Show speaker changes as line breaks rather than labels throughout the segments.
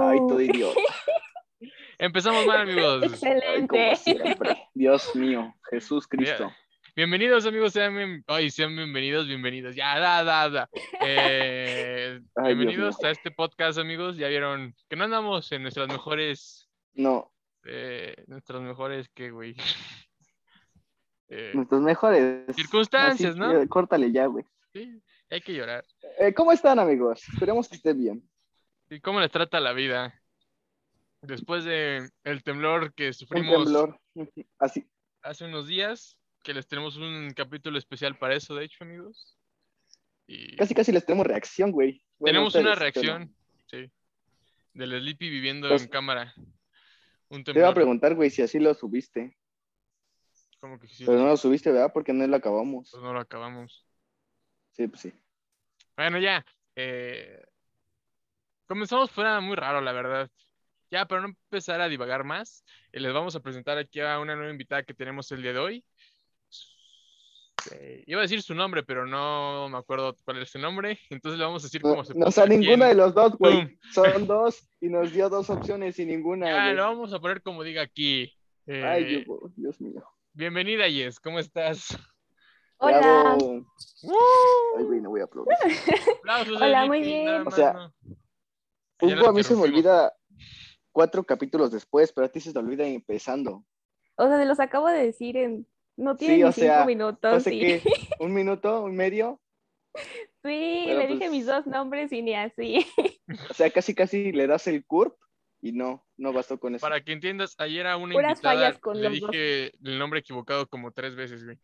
hábito de idiota.
Empezamos mal, amigos.
Ay, como
Excelente.
siempre. Dios mío, Jesús Cristo.
Bienvenidos, amigos. Sean, bien- ay, sean bienvenidos, bienvenidos. Ya, da, da, da.
Ay,
Eh,
Dios
bienvenidos
mío.
a este podcast, amigos. Ya vieron que no andamos en nuestras mejores.
No,
eh, nuestras mejores, ¿qué, güey? Eh,
nuestros mejores.
Circunstancias,
Así
¿no?
que Córtale ya, güey.
sí, hay que llorar.
Eh, ¿Cómo están, amigos? Esperemos que estén bien.
¿Y cómo les trata la vida? Después de el temblor que
Un
sufrimos
temblor. Así.
hace unos días, que les tenemos un capítulo especial para eso, de hecho, amigos. Y
Casi, casi les tenemos reacción, güey. Bueno,
tenemos
ustedes,
una
pero-
reacción, sí, del Sleepy viviendo
Los-
en cámara. Un
Pues Te iba a
temblor,
preguntar, güey, si así lo subiste.
como que sí,
Pero no lo subiste, ¿verdad? Porque no lo acabamos.
pues no lo acabamos.
Sí, pues sí.
Bueno, ya. eh, comenzamos fuera muy raro, la verdad. Ya, para no empezar a divagar más, eh, les vamos a presentar aquí a una nueva invitada que tenemos el día de hoy. Eh, iba a decir su nombre, pero no me acuerdo cuál es su nombre. Entonces le vamos a decir
No,
cómo se
no, o sea,
quién.
ninguna de los dos,
Pum.
güey. Son dos y nos dio dos opciones y ninguna.
Ya,
güey.
lo vamos a poner como diga aquí. Eh,
Ay, Dios, Dios mío.
Bienvenida, Yes. ¿Cómo estás?
Hola.
Bravo.
Uh.
Ay, güey, no voy a aplaudir.
Aplausos,
Hola, muy
Enrique, nada
bien.
O
más,
sea,
¿no? Ayer
Hugo,
la
a mí se me
interrumpimos.
olvida cuatro capítulos después, pero a ti se te olvida empezando.
O sea, se los acabo de decir en. No
Sí,
tiene
o
ni cinco
sea,
minutos.
Entonces,
Sí,
¿qué? ¿Un minuto? ¿Un medio?
sí
Pero,
le dije
pues-
mis dos nombres y ni así.
O sea, casi, casi le das el curp y no, no bastó con eso.
Para que entiendas, ayer a una
Puras
invitada
fallas con
le
los dos.
dije el nombre equivocado como tres veces, güey.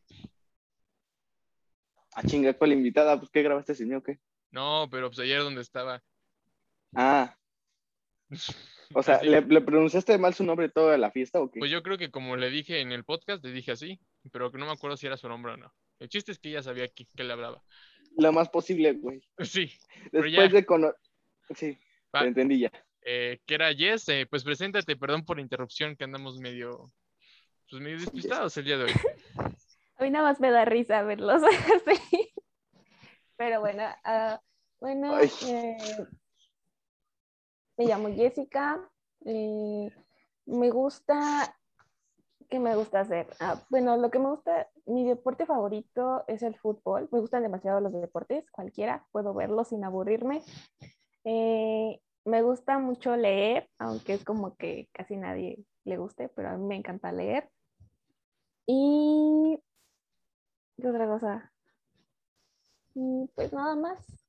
A Ah, chinga con la invitada, pues, ¿qué grabaste sin mí o qué?
No, pero pues ayer donde estaba.
Ah, o sea,
Así.
¿le, le pronunciaste mal su nombre toda la fiesta o qué?
Pues yo creo que como le dije en el podcast, le dije así, pero que no me acuerdo si era su nombre o no. El chiste es que ella sabía que, que le hablaba.
Lo más posible, güey.
Sí, Pero ya.
Después de cono- Sí,
Va.
te entendí ya.
eh, que era Jess, eh, pues preséntate, perdón por la interrupción, que andamos medio, pues medio despistados el día de hoy.
A mí nada más me da risa verlos así. Pero bueno, ah, bueno,
Ay.
eh, me llamo Jessica. eh, me gusta, ¿qué me gusta hacer? Ah, bueno, lo que me gusta, mi deporte favorito es el fútbol. Me gustan demasiado los deportes, cualquiera, puedo verlos sin aburrirme. Eh, me gusta mucho leer, aunque es como que casi nadie le guste, pero a mí me encanta leer. Y ¿Qué otra cosa? Mm, Pues nada más.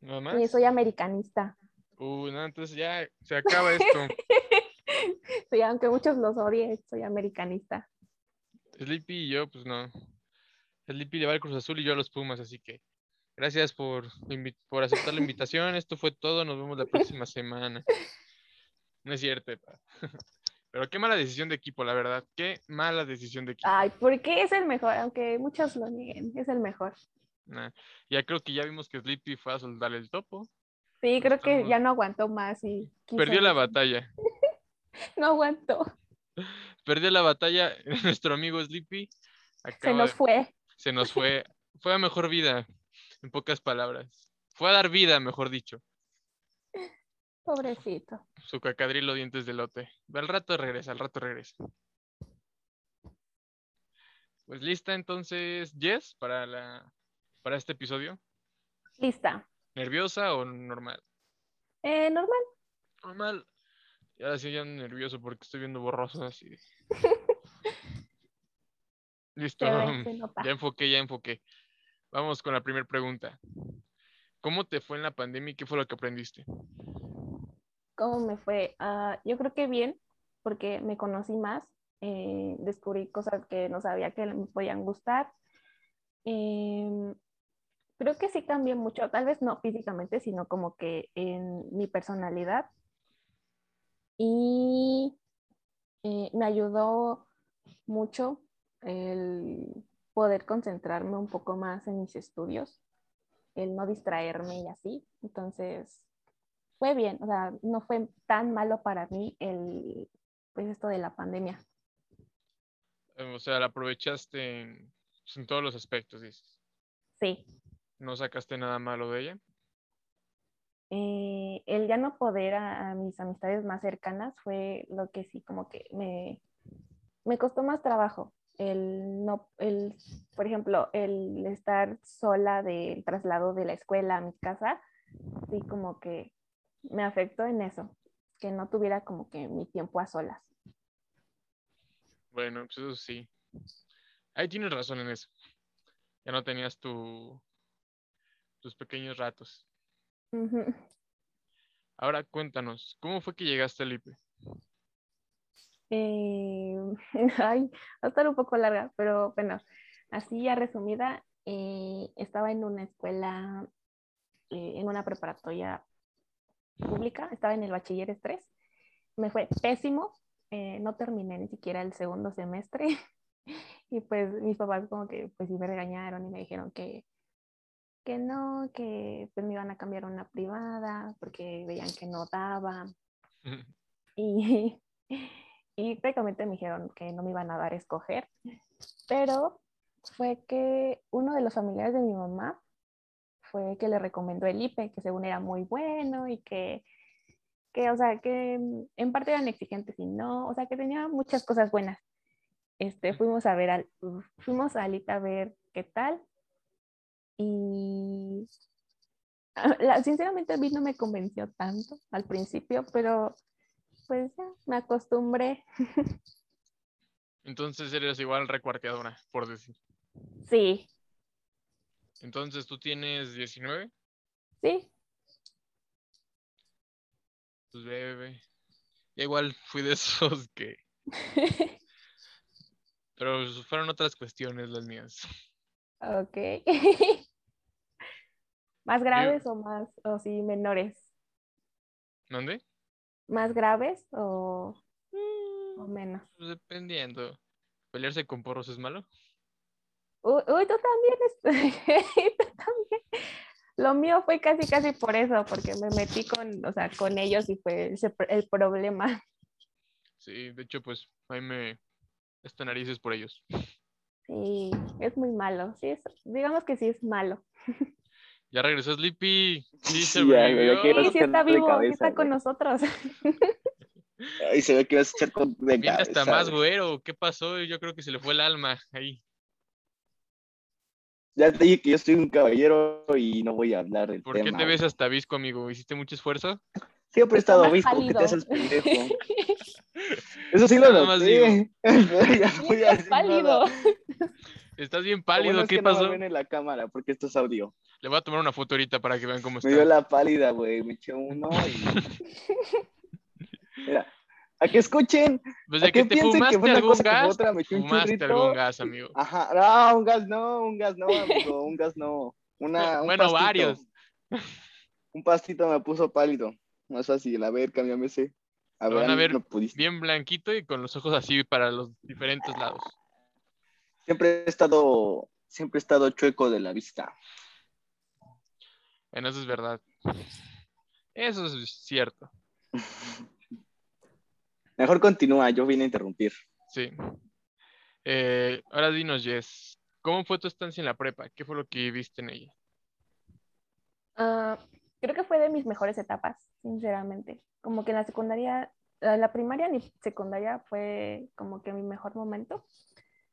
Nada más.
Y soy americanista.
Uh, no, entonces ya se acaba esto.
Sí, aunque muchos los odien, soy americanista.
Sleepy y yo, pues no. Sleepy le va al Cruz Azul y yo a los Pumas, así que gracias por, invi- por aceptar la invitación. Esto fue todo, nos vemos la próxima semana. No es cierto, pa. pero qué mala decisión de equipo, la verdad. Qué mala decisión de equipo.
Ay, ¿por qué es el mejor? Aunque muchos lo nieguen, es el mejor.
Nah, Ya creo que ya vimos que Sleepy fue a soldar el topo.
Sí, creo que
Estamos-
ya no aguantó más y quiso-
Perdió la batalla.
No aguantó,
Perdió la batalla. Nuestro amigo Sleepy
se
acaba
nos
de-
fue.
se nos fue. Fue a mejor vida, en pocas palabras. Fue a dar vida, mejor dicho.
Pobrecito.
Su cacadrilo dientes de lote. Al rato regresa, al rato regresa. Pues lista entonces, Jess, para la para este episodio.
Lista.
¿Nerviosa o normal?
Eh, normal.
Normal. Y ahora sí ya ando nervioso porque estoy viendo borroso así. de- Listo.
Se ve, se nota.
Ya enfoqué, ya enfoqué. Vamos con la primera pregunta. ¿Cómo te fue en la pandemia y qué fue lo que aprendiste?
¿Cómo me fue? Ah, yo creo que bien, porque me conocí más, eh, descubrí cosas que no sabía que me podían gustar. Em, creo que sí cambié mucho, tal vez no físicamente, sino como que en mi personalidad. Y eh, me ayudó mucho el poder concentrarme un poco más en mis estudios, el no distraerme y así. Entonces, fue bien, o sea, no fue tan malo para mí el, pues esto de la pandemia.
Eh, O sea, la aprovechaste en, pues, en todos los aspectos, dices.
Sí,
¿No sacaste nada malo de ella?
eh, el ya no poder a, a mis amistades más cercanas fue lo que sí, como que me, me costó más trabajo. El no, el, por ejemplo, el estar sola del traslado de la escuela a mi casa, sí como que me afectó en eso, que no tuviera como que mi tiempo a solas.
Bueno, pues eso sí. Ahí tienes razón en eso. Ya no tenías tu, tus pequeños ratos.
Ujú.
Ahora cuéntanos, ¿cómo fue que llegaste al IPE?
Eh, ay, va a estar un poco larga, pero bueno, así ya resumida, eh, estaba en una escuela, eh, en una preparatoria pública, estaba en el bachilleres 3, me fue pésimo, eh, no terminé ni siquiera el segundo semestre y pues mis papás como que pues sí me regañaron y me dijeron que que no, que pues me iban a cambiar a una privada porque veían que no daba y, y prácticamente me dijeron que no me iban a dar a escoger, pero fue que uno de los familiares de mi mamá fue que le recomendó el IPE, que según era muy bueno y que, que, o sea, que en parte eran exigentes y no, o sea, que tenía muchas cosas buenas. Este, fuimos a ver al, fuimos a Alita a ver qué tal y la- sinceramente a mí no me convenció tanto al principio, pero pues ya me acostumbré.
Entonces eres igual recuarteadora, por decir.
Sí,
Entonces tú tienes 19,
sí,
pues bebé. Ya igual fui de esos que... Pero fueron otras cuestiones las mías.
ok. ¿Más graves o más, o sí, menores?
¿Dónde?
¿Más graves o, o
Mm,
menos?
pues dependiendo. ¿Pelearse con porros es malo?
Uy, uy, tú también, es- tú también. Lo mío fue casi, casi por eso, porque me metí con, o sea, con ellos y fue ese pr- el problema.
Sí, de hecho, pues ahí me... Esta nariz es por ellos.
Sí, es muy malo, sí, es, digamos que sí es malo.
Ya regresó Sleepy. Sí,
Sí,
se
ya, güey, ya quiero-
Sí, sí está
de
vivo, sí
cabeza,
está con
güey.
nosotros.
Ahí se ve que vas a echar con de
Viene hasta
cabeza,
más
güey.
güero. ¿Qué pasó? Yo creo que se le fue el alma ahí.
Ya te dije que yo soy un caballero y no voy a hablar del
¿Por qué
tema.
te ves
güey.
hasta visco, amigo? ¿Hiciste mucho esfuerzo?
Siempre he
Está
estado
más
obispo, que te
pálido.
haces pendejo. Eso sí lo
Nada más digo.
noté. Ya no voy a
Está
decir nada.
pálido.
Estás bien
Lo
pálido.
bueno es
¿Qué
que no me
pasó?
ven en la cámara porque esto es audio.
Le voy a tomar una foto ahorita para que vean
Me
cómo
dio
Pues está.
la pálida, güey. Me eché uno y. Mira, a que escuchen.
Pues
¿A
de que
qué
te
piensen que
fumaste
fue una
algún
cosa como
gas,
otra? Me eché un
fumaste
churrito.
algún gas, amigo.
Ajá, no, un gas no, un gas no, amigo, un gas no. Una, un
Bueno,
pastito.
varios.
Un pastito me puso pálido. No es fácil, a ver, cámbiame ese. A
Lo
ver,
van a ver
no pudiste.
Bien blanquito y con los ojos así para los diferentes lados.
Siempre he estado, siempre he estado chueco de la vista.
Bueno, eso es verdad. Eso es cierto.
Mejor continúa, yo vine a interrumpir.
Sí. Eh, ahora dinos, Jess, ¿cómo fue tu estancia en la prepa? ¿Qué fue lo que viste en ella?
Ah, creo que fue de mis mejores etapas, sinceramente. Como que en la secundaria, eh, la primaria ni secundaria fue como que mi mejor momento.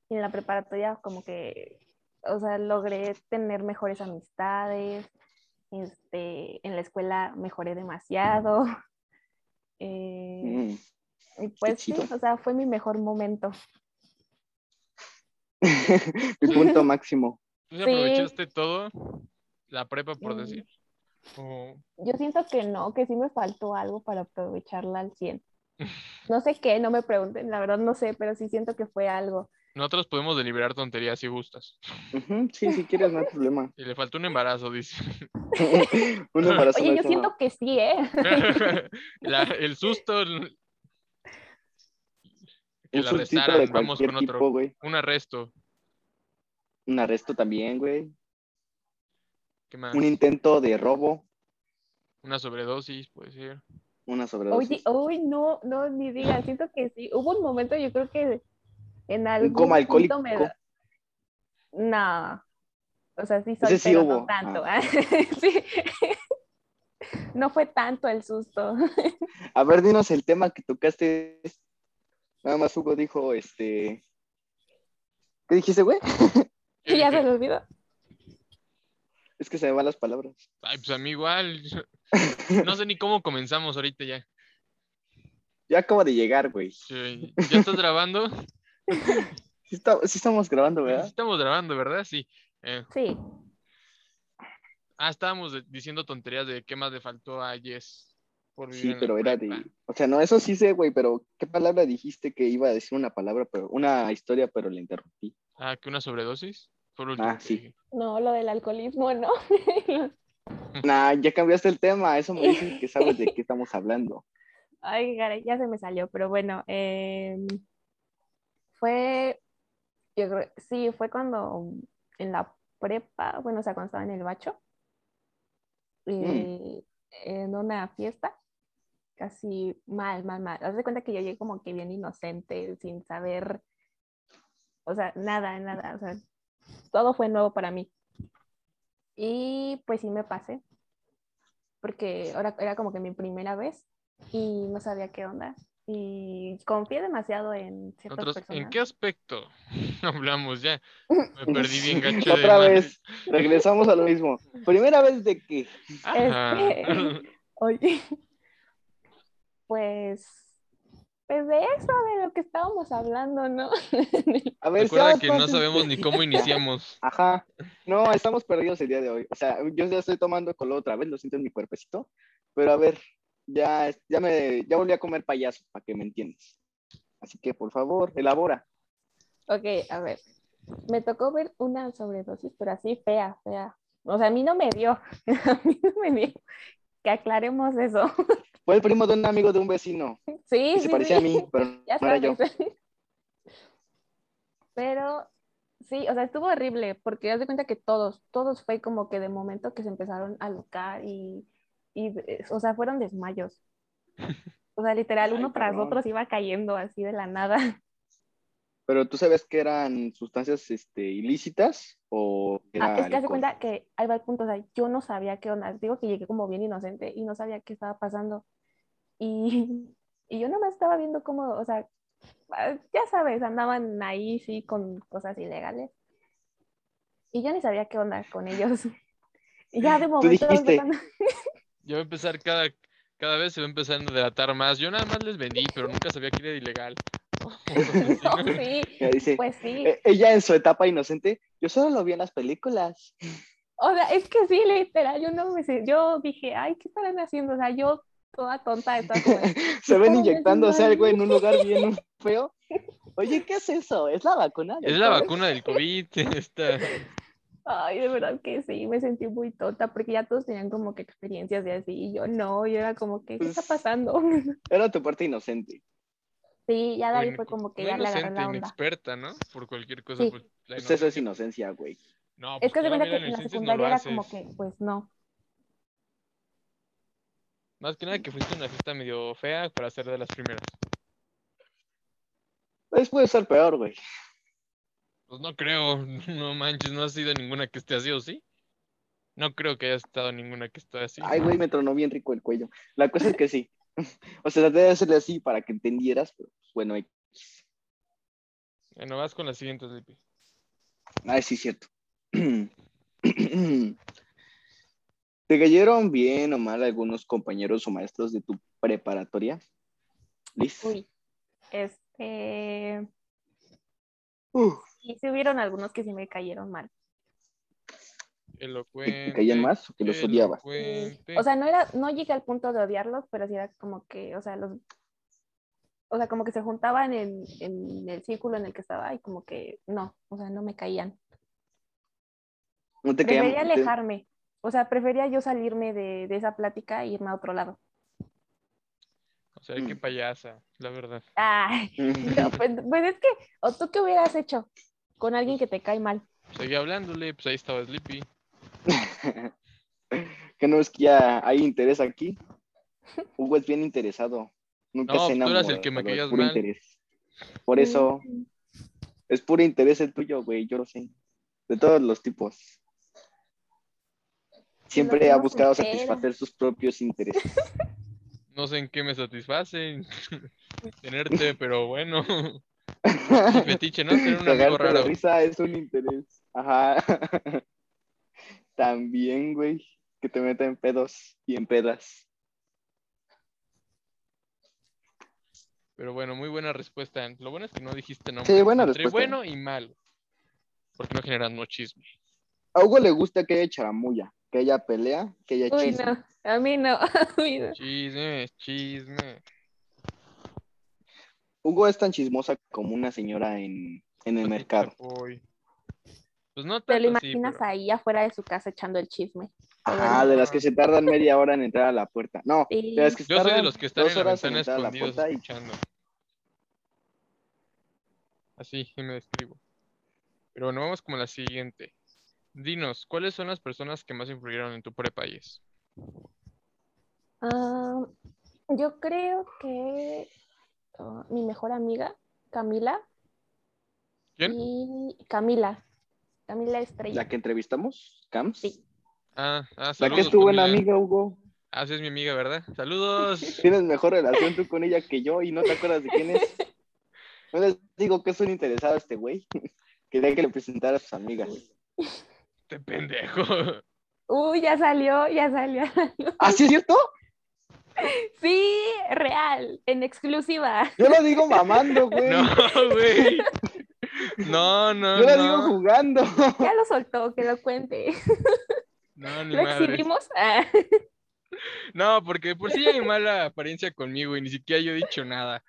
Y en la preparatoria como que, o sea, logré tener mejores amistades. Este, en la escuela mejoré demasiado. Eh,
Mm.
y pues sí,
chido.
o sea, fue mi mejor momento.
Mi punto máximo.
¿Tú
Sí.
aprovechaste todo? ¿La prepa, por decir? ¿O
Yo siento que no, que sí me faltó algo para aprovecharla al 100. No sé qué, no me pregunten, la verdad no sé, pero sí siento que fue algo.
Nosotros podemos deliberar tonterías si gustas.
Ujú, Sí, si quieres, no hay problema.
Y le faltó un embarazo, dice.
Un embarazo no
Oye,
es
yo
una-
siento que sí, ¿eh?
La- el susto. el- Que
un
la
surtito de
arrestaran. Vamos
cualquier
con otro.
tipo, güey.
Un arresto.
Un arresto también, güey.
¿Qué más?
Un intento de robo,
Una sobredosis, puede ser.
una sobredosis.
Oye, uy, no, no, ni digas, siento que sí. Hubo un momento, yo creo que en algún
coma alcohólico.
punto me da- No, o sea, sí soy,
Ese sí
pero
hubo. Ah.
no tanto. ¿eh? sí. No fue tanto el susto.
A ver, dinos el tema que tocaste. Nada más Hugo dijo, este... ¿Qué dijiste, güey?
Yo
ya se
dije,
lo olvidó.
Es que se me van las palabras.
Ay, pues a mí igual. No sé ni cómo comenzamos ahorita ya.
Yo acabo de llegar, güey.
Sí, ¿Ya estás grabando?
Sí, está- sí estamos grabando,
Sí,
¿verdad?
Estamos grabando, ¿verdad? Sí. Eh,
Sí.
ah, estábamos de- diciendo tonterías de qué más le faltó a Jess. Por vivir
Sí,
en la
pero era de...
prepa.
O sea, no, eso sí sé, güey, pero ¿qué palabra dijiste que iba a decir una palabra, pero una historia, pero la interrumpí?
Ah, que una sobredosis. Por último.
Ah,
que
sí.
dije.
No, lo del alcoholismo, ¿no?
Nah, ya cambiaste el tema, eso me dice que sabes de qué estamos hablando.
Ay, caray, ya se me salió, pero bueno, em, fue, yo creo, sí, fue cuando en la prepa, bueno, o sea, cuando estaba en el bacho, eh, en una fiesta, casi mal, mal, mal. Haz de cuenta que yo llegué como que bien inocente, sin saber, o sea, nada, nada, o sea, todo fue nuevo para mí. Y pues sí me pasé, porque ahora era como que mi primera vez y no sabía qué onda. Y confié demasiado en ciertas
Otros-
personas.
¿En qué aspecto hablamos ya? Me perdí bien gacho. de
Otra
madre.
vez, regresamos a lo mismo. Primera vez de que...
Ajá.
Este, Oye, pues, pues de eso, de lo que estábamos hablando, ¿no?
A ver,
Recuerda
ya,
pues,
que no
entonces,
sabemos ni cómo iniciamos.
Ajá. No, estamos perdidos el día de hoy. O sea, yo ya estoy tomando color otra vez, lo siento en mi cuerpecito. Pero a ver, ya, ya me ya volví a comer payaso, para que me entiendas. Así que, por favor, elabora.
Ok, a ver. Me tocó ver una sobredosis, pero así fea, fea. O sea, a mí no me dio. A mí no me dio. Que aclaremos eso.
Fue el primo de un amigo de un vecino.
Sí,
Y
sí,
se parecía
sí.
a mí, pero
Ya
no era yo.
sabes. Pero sí, o sea, estuvo horrible porque haz de cuenta que todos, todos fue como que de momento que se empezaron a locar y, y eh, o sea, fueron desmayos. O sea, literal,
Ay,
uno tras
cabrón.
otro se iba cayendo así de la nada.
Pero tú sabes que eran sustancias este, ilícitas o
Ah,
era
es que hace
alcohol?
cuenta que ahí va el punto, o sea, yo no sabía qué onda, digo que llegué como bien inocente y no sabía qué estaba pasando. Y, y yo nomás estaba viendo cómo, o sea, ah, ya sabes, andaban ahí sí con cosas ilegales. Y yo ni sabía qué onda con ellos. Y ya de momento... haz de
dijiste,
cuenta-
Ya va a empezar cada, cada vez se va empezando a delatar más. Yo nada más les vendí, pero nunca sabía que era ilegal.
No, sí,
Mira, dice,
pues sí.
"E- ella en su etapa inocente, yo solo lo vi en las películas.
O sea, es que sí, literal, yo no me sé, yo dije, ay, ¿qué estarán haciendo? O sea, yo toda tonta estaba como...
Se ven
Estaban
inyectándose
haciendo
algo en un lugar bien feo. Oye, ¿qué es eso? ¿Es la vacuna? del
Es la
COVID?
vacuna del COVID. Esta...
Ay, de verdad que sí, me sentí muy tonta porque ya todos tenían como que experiencias de así y yo no, yo era como que, ¿qué está
Pues-
pasando?
Era tu parte inocente.
Sí, ya de ahí
Bueno,
fue como que
muy
ya le agarré
inocente,
la onda.
inexperta, ¿no? Por cualquier cosa.
Sí.
pues, la
Pues eso es
inocencia.
inocencia, güey.
No,
Es
pues,
que se cuenta
todavía
que
la
en la
inocencia no lo
secundaria era como
haces.
que, pues no.
Más que nada que fuiste a una fiesta medio fea para ser de las primeras.
Pues puede ser peor, güey.
Pues no creo, no manches, no has sido ninguna que esté así, ¿o sí? No creo que haya estado ninguna que esté así.
Ay, güey, me tronó bien rico el cuello. La cosa es que sí. O sea, traté de hacerle así para que entendieras, pero pues, bueno, ay,
Bueno, vas con la siguiente, Lipi.
ay, sí, cierto. ¿Te cayeron bien o mal algunos compañeros o maestros de tu preparatoria? Liz.
Uy, este,
Uh,
sí, sí hubieron algunos que sí me cayeron mal.
¿Te
Elocuente.
te caían más o que los odiabas?
Sí,
elocuente.
O sea, no era, no llegué al punto de odiarlos, pero sí era como que, o sea, los, o sea, como que se juntaban en, en el círculo en el que estaba y como que no, o sea, no me caían.
¿No te caían? ¿eh?
Prefería
te-
alejarme. O sea, prefería yo salirme de, de esa plática e irme a otro lado.
O sea,
Mm.
qué payasa, la verdad.
Ay, no, pues, pues es que, ¿o tú qué hubieras hecho con alguien que te cae mal?
Seguí hablándole, pues ahí estaba Sleepy.
que no es que ya hay interés aquí. Hugo es bien interesado. Nunca
No, pues,
se
tú
enamora.
eras el que me
pero es
caías
puro
mal.
interés. Por eso es puro interés el tuyo, güey. Yo lo sé. De todos los tipos. Siempre
Lo
ha
que nos
buscado
espera.
satisfacer sus propios intereses.
No sé en qué me satisface tenerte, pero bueno. Mi fetiche, ¿no? Tener un amigo
Cagarte la
raro.
risa es un interés. Ajá. También, güey, que te meta en pedos y en pedas.
Pero bueno, muy buena respuesta. Lo bueno es que no dijiste nombre.
Sí, buena
Entre
respuesta.
bueno y malo. Porque no generan mucho chisme.
A Hugo le gusta que haya charamulla, que haya pelea, que haya
Uy,
chisme.
no, a mí no, a mí no.
Chisme, chisme.
Hugo es tan chismosa como una señora en, en el
Patita
mercado.
Poy. Pues no
Te lo
tanto así,
imaginas
pero-
ahí afuera de su casa echando el chisme.
Ajá, de las que se tardan media hora en entrar a la puerta. No,
Sí.
de las que se
Yo soy de
tardan
los que están
dos
en la
horas en
ventana
entrar a la
escondidos
puerta y
escuchando. Así me describo. Pero bueno, vamos como la siguiente. Dinos, ¿cuáles son las personas que más influyeron en tu prepa, Yes?
Ah, yo creo que ah, mi mejor amiga, Camila.
¿Quién?
Y Camila. Camila Estrella.
la que entrevistamos, Cams.
Sí.
Ah, ah,
La
saludos.
que es tu buena
Camila.
amiga, Hugo.
Ah, sí es mi amiga, ¿verdad? Saludos.
Tienes mejor relación tú con ella que yo y no te acuerdas de quién es. No les digo que es un interesado este güey. Quería que le presentara a sus amigas.
Este pendejo.
Uy, ya salió, ya salió.
¿Ah, sí es cierto?
Sí, real, en exclusiva.
Yo lo digo mamando, güey.
No, güey. No, no,
Yo lo digo
no.
jugando.
Ya lo soltó, que lo cuente.
No, ni
Lo
madre.
exhibimos. Ah,
No, porque de por sí hay mala apariencia conmigo y ni siquiera yo he dicho nada.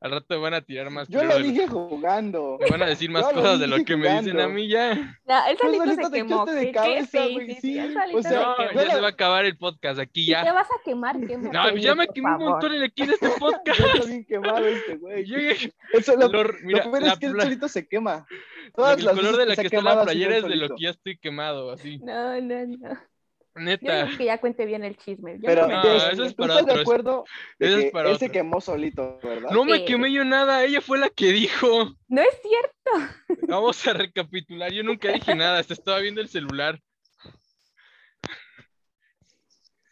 Al rato van a tirar más
Yo
tierra
lo
de lo-
dije jugando.
Me van a decir más
Yo lo
cosas de lo
dije
que me dicen a
jugando.
mí ya.
No, él
Tú
solito
solito
se
Pues te
quemó.
echaste de
sí, que
cabeza,
sí,
güey,
sí, sí,
sí,
él
o
solito
sea,
se
No,
quemó.
yo
ya se va a acabar el podcast aquí
Si te
ya.
vas a quemar, quémate
No, pues,
bien,
ya me
por
quemé un
favor.
montón en aquí en este podcast.
Yo también quemado este güey.
Llegué-
Eso, lo,
lo- mira,
lo peor
la
es que él
pla-
solito se quema.
la-
Todas
el
las
color
veces
de la
se ha
que está
quemado
la
ha sido él
playera es de lo
solito.
que ya estoy quemado, así.
No, no, no. Yo
Neta.
digo que ya cuente bien el chisme. Yo
Pero
no me
Ah. No, eh.
¿tú-
meto.
eso es
tú
para
estás de
otros.
acuerdo de
Eso es
que
para
él se
otros.
quemó solito, ¿verdad?
No me
Sí.
quemé yo nada, ella fue la que dijo.
No es cierto.
Vamos a recapitular, yo nunca dije nada, hasta estaba viendo el celular.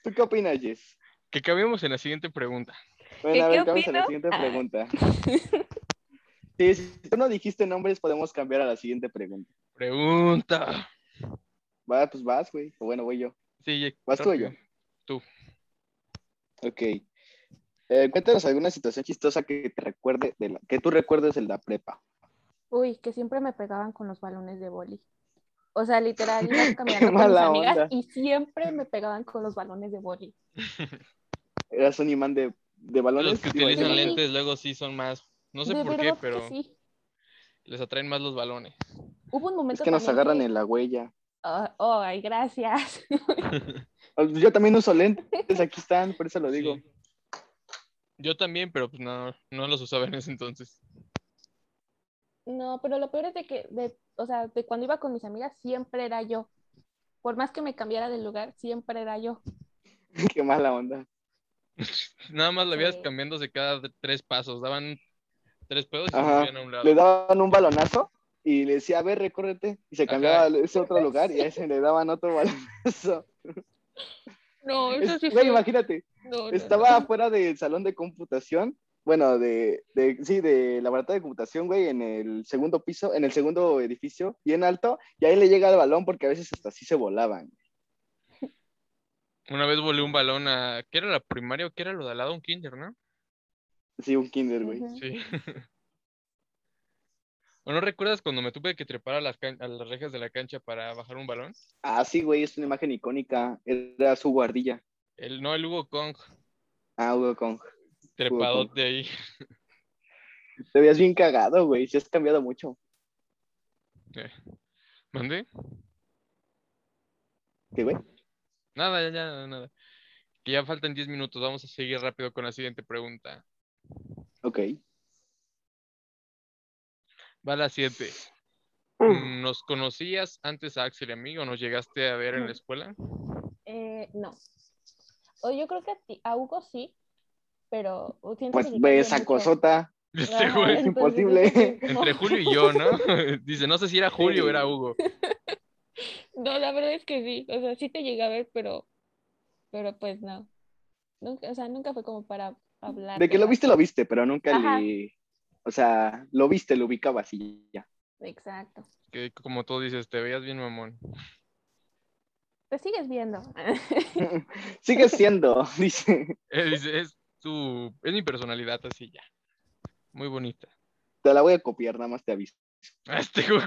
¿Tú qué opinas, Jess?
Que cabemos en la siguiente pregunta.
Bueno, a
¿Qué-
ver,
qué
vamos a la
opino?
siguiente
Ah.
pregunta. Sí, si tú no dijiste nombres, podemos cambiar a la siguiente pregunta.
Pregunta.
Va, pues vas, güey. O bueno, voy yo.
Sí,
¿Vas tú o yo?
rápido.
Ok. Eh, cuéntanos alguna situación chistosa que te recuerde, de la- que tú recuerdes de la prepa.
Uy, que siempre me pegaban con los balones de boli. O sea, literal, iba
Qué
caminando con mis
mala
amigas
onda.
y siempre me pegaban con los balones de boli.
Eras un imán de, de balones.
Los que
Digo,
utilizan
de-
lente.
lentes luego sí son más, no sé
de
por qué,
verdad que
pero
sí.
les atraen más los balones.
Hubo un
Es
momento
que nos
también
agarran
que-
en la huella.
Ah, oh, ay, gracias.
Ah, Yo también uso lentes, aquí están, por eso lo digo.
Sí. Yo también, pero pues no, no los usaba en ese entonces.
No, pero lo peor es de que, de, o sea, de cuando iba con mis amigas, siempre era yo. Por más que me cambiara de lugar, siempre era yo.
Qué mala onda.
Nada más la veías
Sí.
cambiándose cada de- tres pasos, daban tres pedos y se
Ajá.
movían a un lado.
Le daban un balonazo y le decía, a ver, recórrete. Y se
Ajá.
cambiaba a ese otro lugar y a ese le daban otro balonazo.
No,
Es- güey, imagínate, estaba afuera del salón de computación, bueno, de, de- sí, de laboratorio de computación, güey, en el segundo piso, en el segundo edificio, bien alto, y ahí le llega el balón porque a veces hasta así se volaban.
Una vez volé un balón a, ¿qué era la primaria o qué era lo de al lado? Un kinder, ¿no?
Sí, un kinder, güey.
Ujú.
Sí. ¿O no recuerdas cuando me tuve que trepar a las, can- a las rejas de la cancha para bajar un balón?
Ah, sí, güey, es una imagen icónica, era su guardilla.
El, no, el Hugo Kong,
Ah, Hugo Kong.
trepado de ahí.
Te veías bien cagado, güey, sí has cambiado mucho.
¿Mandé?
¿Qué, güey?
Nada, ya, ya, nada. Que ya faltan 10 minutos, vamos a seguir rápido con la siguiente pregunta.
Ok.
Va la 7. ¿Nos conocías antes a Axel y a mí o nos llegaste a ver en la escuela?
Eh, no. O yo creo que a, ti, a Hugo sí, pero siento
Pues,
que sí
güey,
cambió
esa
mucho.
cosota.
Este
Ajá,
güey.
es
entonces,
imposible.
es como-
Entre Julio y yo, ¿no? Dice, no sé si era Julio o
Sí.
era Hugo.
No, la verdad es que sí. O sea, sí te llegué a ver, pero, pero pues no. Nunca, o sea, nunca fue como para hablar.
De que
la-
lo viste, lo viste, pero nunca
Ajá.
le. O sea, lo viste, lo ubicabas y ya.
Exacto.
Que como tú dices, te veías bien mamón.
Te sigues viendo.
Sigue siendo, dice.
Él Eh, dice, es tu, es mi personalidad así ya. Muy bonita.
Te la voy a copiar, nada más te aviso.
Este, güey,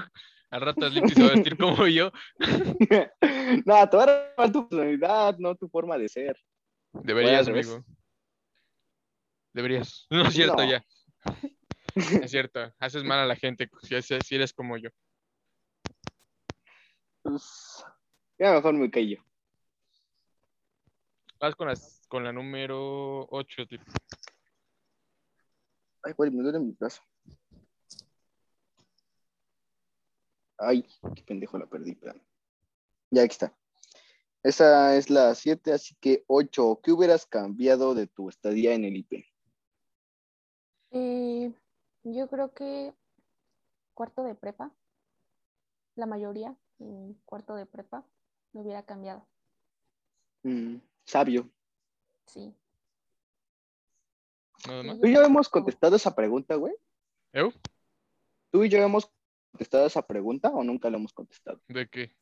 al rato Sleepy se va a vestir como yo.
Nada, te voy a robar tu personalidad, no tu forma de ser.
Deberías,
al revés.
amigo. Deberías. No es cierto
No.
ya. Es cierto. Haces mal a la gente si, haces- si eres como yo.
Pues, ya mejor me callo.
Vas con, las, con la número 8.
Ay, güey, me duele mi brazo. Ay, qué pendejo la perdí, pero. Ya aquí está. Esa es la 7, así que 8. ¿Qué hubieras cambiado de tu estadía en el IP?
Eh, yo creo que cuarto de prepa, la mayoría, mm, cuarto de prepa, lo hubiera cambiado.
Mm, sabio.
Sí.
No, no.
Tú y yo hemos contestado esa pregunta, güey.
¿Eu?
Tú y yo hemos contestado esa pregunta o nunca la hemos contestado.
¿De qué?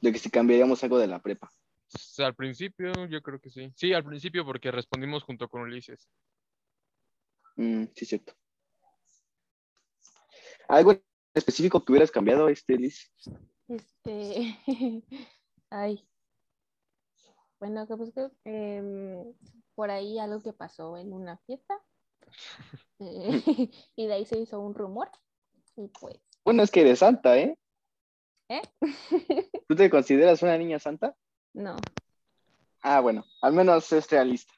De que si cambiaríamos algo de la prepa.
S- Al principio, yo creo que sí. Sí, al principio porque respondimos junto con Ulises.
Mm, sí, cierto. ¿Algo en específico que hubieras cambiado, este, Liz?
Este, ay, bueno, que pues que, em, por ahí algo que pasó en una fiesta eh, y de ahí se hizo un rumor y pues,
Bueno, es que eres santa, ¿eh?
¿eh?
¿Tú te consideras una niña santa?
No,
Ah, bueno, al menos es realista.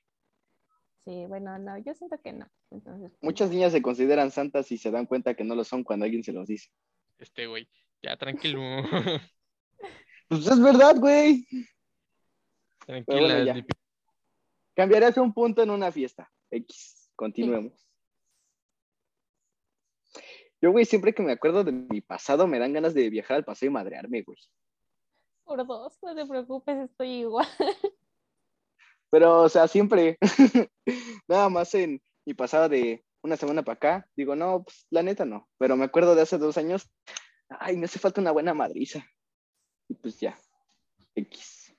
sí, bueno, no, yo siento que no. Entonces, pues,
Muchas niñas se consideran santas y se dan cuenta que no lo son cuando alguien se los dice.
Este güey. Ya, tranquilo.
Pues es verdad, güey.
Tranquila,
Pero bueno, ya.
Sleepy.
Cambiarás un punto en una fiesta. X. Continuemos. Yo, güey, siempre que me acuerdo de mi pasado, me dan ganas de viajar al pasado y madrearme, güey.
por dos, no te preocupes, estoy igual.
Pero, o sea, siempre, nada más en mi pasado de una semana para acá, digo, no, pues la neta no. Pero me acuerdo de hace dos años, ay, me hace falta una buena madriza. Y pues ya, X.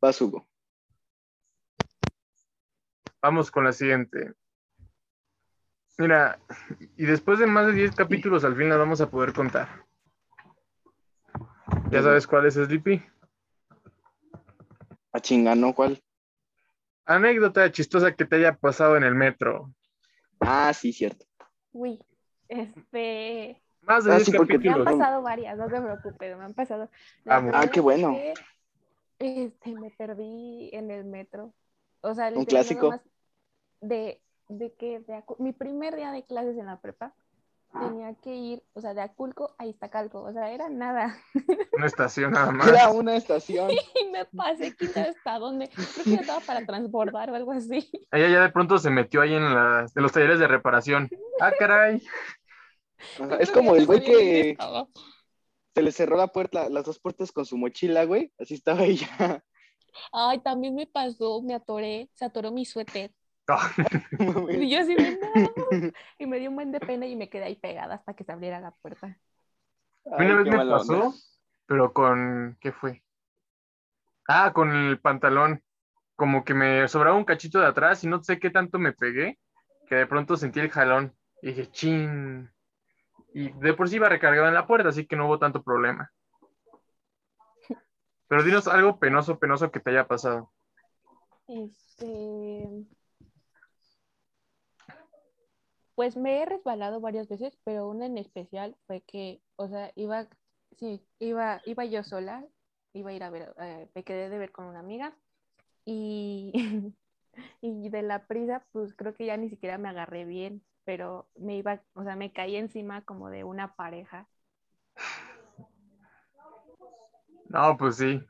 Vas, Hugo.
Vamos con la siguiente. Mira, y después de más de 10 capítulos al fin la vamos a poder contar. ¿Ya sabes cuál es Sleepy?
A chinga, ¿no? ¿Cuál?
Anécdota chistosa que te haya pasado en el metro.
Ah, sí, cierto.
Uy, este,
Más de
Ah,
10
sí, porque-
Me han
capítulos.
pasado varias, no te preocupes, me han pasado. La
Vamos.
Ah, qué bueno.
primera es que, este, me perdí en el metro. O sea,
Un
literal, nada
clásico.
más De, de que de Acu- mi primer día de clases en la prepa tenía que ir, o sea, de Aculco a Iztacalco, o sea, era nada.
Una estación nada más.
Era una estación.
Y me pasé, quién sabe hasta dónde. Creo que ya estaba para transbordar o algo así.
Ella ya de pronto se metió ahí en, las- en los talleres de reparación. Ah, caray.
Ajá, Es como el güey que
Estaba.
se le cerró la puerta, las dos puertas con su mochila, güey. Así estaba ella.
Ay, también me pasó, me atoré, se atoró mi suéter.
Mames.
Y yo así de no. Y me dio un buen de pena y me quedé ahí pegada hasta que se abriera la puerta.
A mí
Ay,
una vez
qué
me
mala
pasó,
onda.
pero con. ¿Qué fue? Ah, con el pantalón. Como que me sobraba un cachito de atrás y no sé qué tanto me pegué, que de pronto sentí el jalón. Y dije, chin. Y de por sí iba recargado en la puerta, así que no hubo tanto problema. Pero dinos algo penoso, penoso que te haya pasado.
Este. Pues me he resbalado varias veces, pero una en especial fue que, o sea, iba, sí, iba, iba yo sola, iba a ir a ver, eh, me quedé de ver con una amiga y, y de la prisa, pues creo que ya ni siquiera me agarré bien, pero me iba, o sea, me caí encima como de una pareja.
No, pues sí.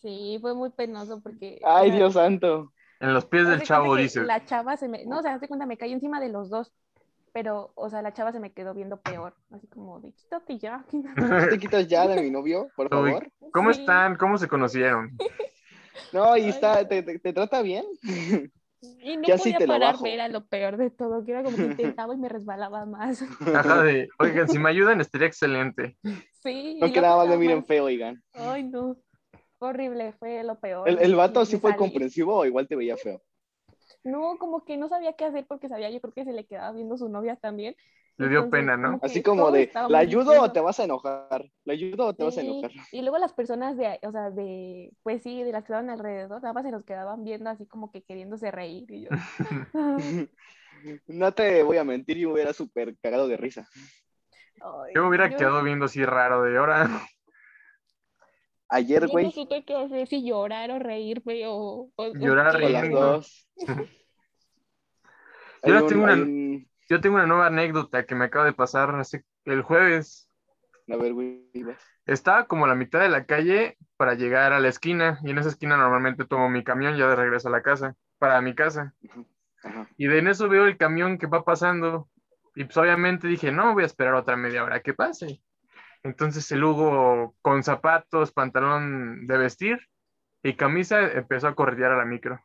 Sí, fue muy penoso porque.
Ay,
o sea,
Dios santo.
En los pies
Haz
del
de
chavo,
cuenta que
dices.
La chava se me. No, o sea, haz de cuenta, me cayó encima de los dos. pero, o sea, la chava se me quedó viendo peor, así como, de, quítate ya.
¿No te quitas ya de mi novio, por
Uy,
favor?
¿Cómo
Sí.
están? ¿Cómo se conocieron?
No, y
Ay,
está,
no.
te, te- te trata bien.
Y no
Ya sí
podía
te lo bajo.
pararme, era lo peor de todo, que era como que intentaba y me resbalaba más.
Ajá, de, oigan, si me ayudan estaría excelente.
Sí.
No
y
quedaba más
pasaba
de miren
mal.
feo, oigan.
Ay, no. Fue Horrible, fue lo peor.
¿El, el vato
Me
sí fue
salí.
comprensivo o igual te veía feo?
No, como que no sabía qué hacer porque sabía, yo creo que se le quedaba viendo su novia también.
Le dio
Entonces,
pena, ¿no?
que
Así como
todos
de,
estábamos
¿la ayudo o
diciendo,
te vas a enojar? ¿La ayudo o te vas a
"Sí".
enojar?
Y luego las personas de, o sea, de, pues sí, de las que estaban alrededor, nada más se nos quedaban viendo así como que queriéndose reír. Y yo, ay,
No te voy a mentir, yo hubiera súper cagado de risa.
Yo me hubiera quedado viendo así raro de ahora.
Ayer,
yo no
güey,
supe qué hacer, si llorar o reírme o... o- o
Llorar,
qué.
con las
riendo.
dos.
Yo
Hay
tengo
un-
una-
hay un-
Yo tengo una nueva anécdota que me acaba de pasar hace- el jueves.
A ver, güey, vas.
Estaba como a la mitad de la calle para llegar a la esquina y en esa esquina normalmente tomo mi camión ya de regreso a la casa, para mi casa.
Ajá.
Y de en eso veo el camión que va pasando y pues obviamente dije, no, voy a esperar otra media hora que pase. Entonces el Hugo con zapatos, pantalón de vestir y camisa empezó a corretear a la micro.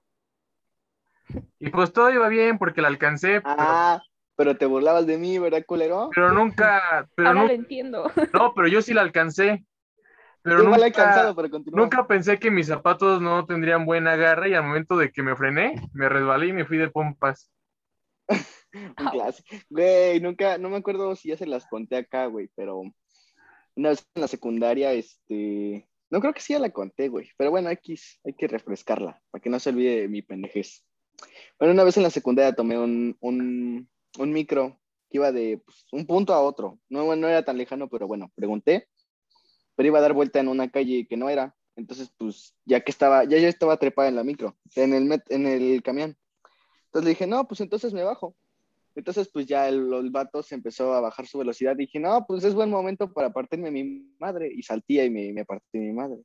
Y pues todo iba bien porque la alcancé, pero,
Ah, pero te burlabas de mí, ¿verdad, culero?
pero nunca, pero
Ahora
nunca
lo entiendo.
No, pero yo sí la alcancé. Pero
Yo igual he alcanzado,
nunca,
pero continúa.
nunca pensé que mis zapatos no tendrían buen agarre y al momento de que me frené, me resbalé y me fui de pompas.
Un clásico. Güey, nunca, no me acuerdo si ya se las conté acá, güey, pero una vez en la secundaria, este, no creo que sí ya la conté, güey, pero bueno, X, hay que refrescarla para que no se olvide de mi pendejez. Bueno, una vez en la secundaria tomé un, un, un micro que iba de pues, un punto a otro, no, no era tan lejano, pero bueno, pregunté, pero iba a dar vuelta en una calle que no era, entonces pues ya que estaba, ya yo estaba trepada en la micro, en el, met- en el camión. Entonces le dije, no, pues entonces me bajo. Entonces, pues ya el, el vato se empezó a bajar su velocidad. Dije, no, pues es buen momento para partirme mi madre. Y saltía y me, me partí mi madre.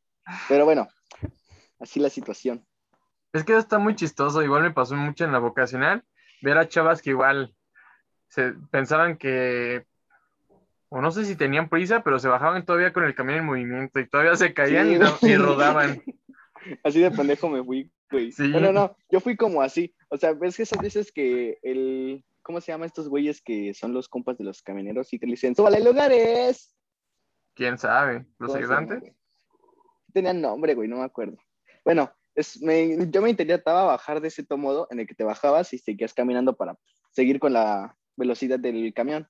Pero bueno, así la situación.
Es que eso está muy chistoso, igual me pasó mucho en la vocacional, ver a chavas que igual se pensaban que, o no sé si tenían prisa, pero se bajaban todavía con el camión en movimiento y todavía se caían
Sí,
y,
güey.
y rodaban.
Así de pendejo me fui, güey.
Sí.
Bueno, no, yo fui como así. O sea, ves que esas veces que el. ¿Cómo se llama estos güeyes que son los compas de los camioneros y que le dicen, ¡súbale lugares!
¿Quién sabe? ¿Los
¿Cómo se llama,
ayudantes?
güey? Tenían nombre, güey, no me acuerdo. Bueno, es, me- yo me intentaba bajar de ese modo en el que te bajabas y seguías caminando para seguir con la velocidad del camión.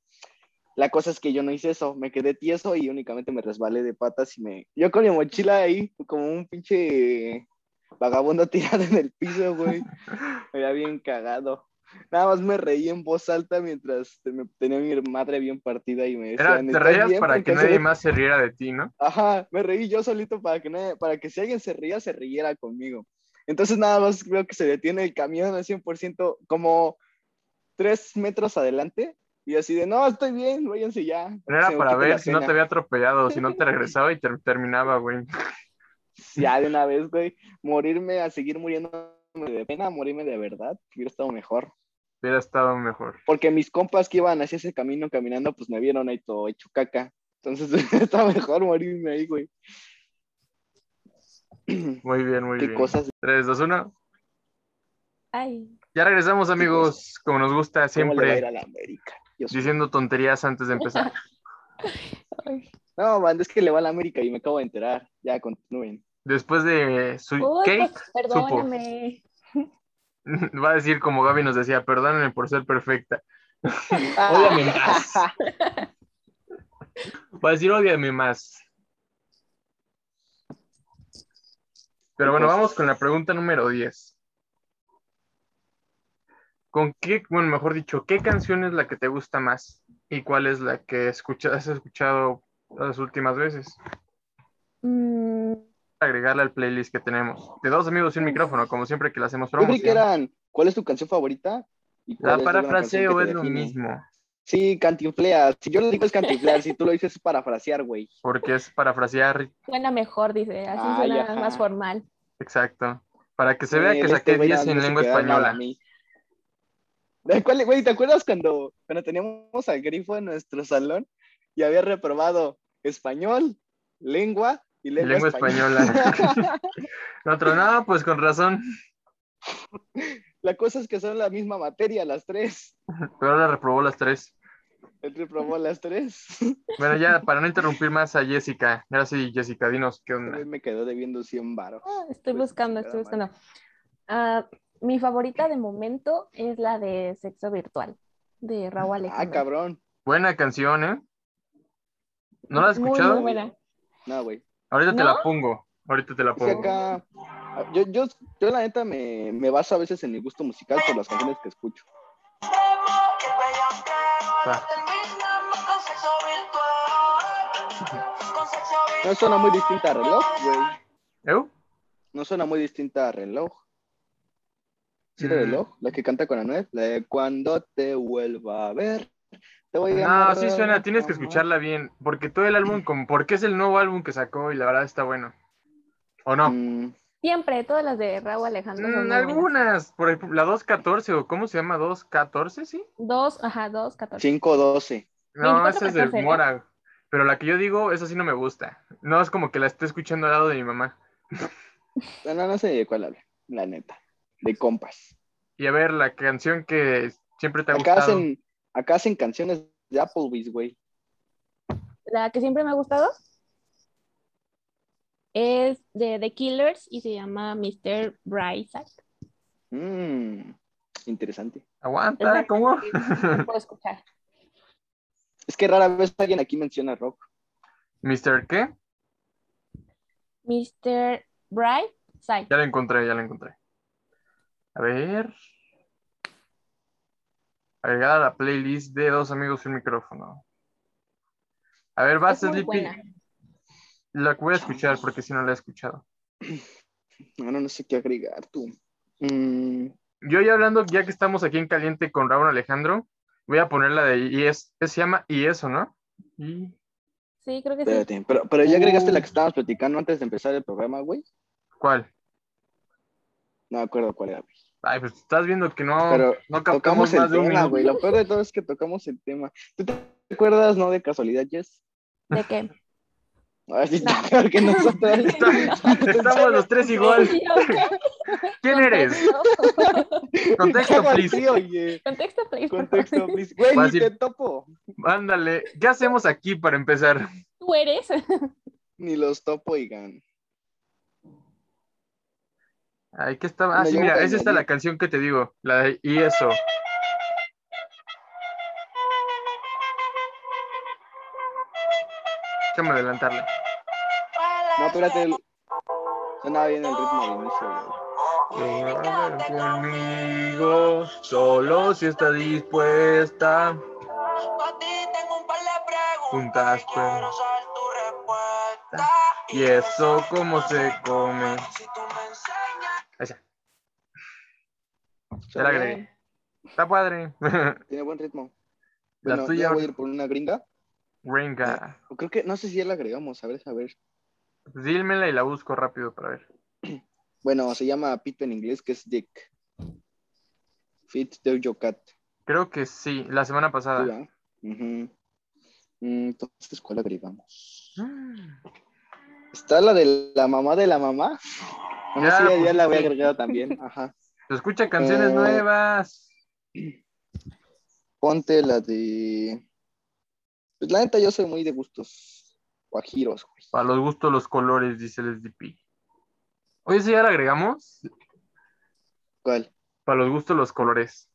La cosa es que yo no hice eso, me quedé tieso y únicamente me resbalé de patas y me... Yo con mi mochila ahí, como un pinche vagabundo tirado en el piso, güey. Me había bien cagado. Nada más me reí en voz alta mientras te- me- tenía mi madre bien partida y me
Era,
decían...
te
"¿Estás
reías
bien?",
para que
porque se
nadie
ve-
más se riera de ti, ¿no?
Ajá, me reí yo solito para que, nadie- para que si alguien se ría, se riera conmigo. Entonces nada más veo que se detiene el camión al 100%, como tres metros adelante, y así de, no, estoy bien, váyanse ya.
Pero era
Se me
para
quita la
ver si no te
pena.
había atropellado, si no te regresaba y ter- terminaba, güey.
Ya de una vez, güey, morirme a seguir muriéndome de pena, morirme de verdad, hubiera estado mejor.
Hubiera estado mejor.
Porque mis compas que iban hacia ese camino caminando, pues me vieron ahí todo hecho caca. Entonces está mejor morirme ahí, güey. Qué
Muy bien, muy bien.
cosas.
3, 2, 1.
Ay,
Ya regresamos, amigos, como nos gusta
pues. ¿Cómo le va a ir
siempre,
a la América? Dios
diciendo tonterías antes de empezar.
ay.
No, man, es que le va a la América y me acabo de enterar. Ya, continúen.
Después de su
Uy,
cake,
pues, perdóname.
va a decir como Gaby nos decía, perdónenme por ser perfecta. Ódiame
Ah,
más. Va a decir, ódiame más. Pero bueno,
Pues-
vamos con la pregunta número 10. ¿Con qué, bueno, mejor dicho, qué canción es la que te gusta más? ¿Y cuál es la que escucha- has escuchado las últimas veces?
Mm,
Agregarla al playlist que tenemos. De dos amigos y un micrófono, como siempre que le hacemos
yo creí
promoción.
que eran, ¿cuál es tu canción favorita? ¿Y cuál
La
es una
parafraseo
canción que
es
te
lo
define?
mismo,
Sí, cantinfleas. Si yo lo digo es cantinfleas, si tú lo dices es parafrasear, güey.
porque es parafrasear,
suena mejor, dice, así
Ay,
suena
ajá.
más formal.
exacto. Para que se vea
Eh,
que
este
saqué
güey
10
dándose
en lengua
quedar mal a
española.
mí. ¿De cuál- güey, ¿te acuerdas cuando, cuando teníamos al grifo en nuestro salón y había reprobado español, lengua y lengua,
Lengua española. Lo otro, no, pues con razón.
La cosa es que son la misma materia, las tres.
Pero ahora reprobó las tres.
Él reprobó las tres.
Bueno, ya, para no interrumpir más a Jessica. Ahora sí, Jessica, dinos qué onda.
También me quedó debiendo 100 varos.
Ah, Estoy
Pues,
buscando,
nada
estoy buscando. Ah, mi favorita de momento es la de Sexo Virtual, de Raúl
Ah,
Alejandro.
cabrón.
Buena canción, ¿eh? ¿No la has
Muy, muy
escuchado?
buena.
No, güey.
Ahorita te la
¿No?
pongo. Ahorita te la
Es que
pongo.
acá. Yo, yo, yo la neta me, me baso a veces en mi gusto musical por las canciones que escucho.
Va.
No suena muy distinta a reloj, güey.
¿Eu?
No suena muy distinta a reloj. ¿Sí, de
Mm.
reloj? La que canta con Anuel. La de cuando te vuelva a ver. Te voy a
No,
amarrar
Ah, sí suena, tienes que
como-
escucharla bien, porque todo el álbum, como, porque es el nuevo álbum que sacó y la verdad está bueno. ¿O no?
Mm,
Siempre, todas las de Raúl Alejandro. son
Mm,
muy buenas.
algunas, por ejemplo, la 214 o cómo se llama 214, ¿sí?
Dos, ajá, dos, catorce.
5-12.
No,
24
esa es
personas,
de
¿no?
Mora, pero la que yo digo, esa sí no me gusta. No es como que la esté escuchando al lado de mi mamá.
No, no, no sé de cuál habla, la neta. De compas.
Y a ver, la canción que siempre te ha
Acá
gustado.
hacen, acá hacen canciones de Applebee's, güey.
La que siempre me ha gustado es de The Killers y se llama Mr. Brightside.
Mm, interesante.
Aguanta, ¿cómo?
No puedo escuchar.
Es que rara vez alguien aquí menciona rock.
Mister, ¿qué?
Mr. Brightside.
Ya la encontré, ya la encontré. A ver. Agregada a la playlist de dos amigos y un micrófono. A ver, vas,
Es muy
Sleepy.
buena.
La voy a escuchar porque si no la he escuchado.
Ahora no sé qué agregar, tú. Mm,
Yo ya hablando, ya que estamos aquí en caliente con Raúl Alejandro, voy a poner la de y es, se llama y eso, ¿no? Y
Sí, creo que sí.
espérate, pero, pero ya agregaste
Uh.
la que estábamos platicando antes de empezar el programa, güey.
¿cuál?
No me acuerdo cuál era, güey.
Ay, pues estás viendo que no,
Pero
no captamos
Tocamos el
más de un
tema,
minuto.
güey. Lo peor de todo es que tocamos el tema. ¿Tú te acuerdas, no, de casualidad, Jess?
¿De qué?
Ahora sí está
No.
peor que nosotros.
Estamos los tres igual. ¿Quién eres? Contexto,
Cago al
please.
tío, oye.
Contexto, please. por favor.
Contexto, please. Güey,
Va a
ni te
decir-
topo.
Ándale, ¿qué hacemos aquí para empezar?
Tú eres.
Ni los topo, oigan.
Ay, ¿qué estaba? Ah,
Me
sí,
llevo
mira,
con
esa está
el-
la canción que te digo, la de E y eso. Déjame adelantarla.
No, espérate. el- Sonaba bien el ritmo al inicio, güey.
Jugar conmigo, solo si está dispuesta.
A ti tengo un par de
Juntas,
preguntas
pues.
y quiero saber tu respuesta.
Y eso cómo se come.
Si tú me enseñas,
Ya la agregué. Está padre.
Tiene buen ritmo.
La
Bueno,
tuya-
ya voy a ir por una gringa.
Renga.
O Creo que, no sé si ya la agregamos, a ver, a ver.
Dímela y la busco rápido para ver.
Bueno, se llama Pito en inglés, que es Dick. Fit the Jocat.
Creo que sí, la semana pasada.
Mm, Entonces, ¿cuál agregamos? ¿Está la de la mamá de la mamá? Ah,
Ya,
sí, ya,
pues,
la voy a
sí.
agregar también. Ajá.
Se escucha canciones
Eh.
nuevas.
Ponte la de. Pues la neta, yo soy muy de gustos guajiros, güey.
Para los gustos, los colores, dice el SDP. Oye, ¿sí ya la agregamos?
¿Cuál?
Para los gustos, los colores.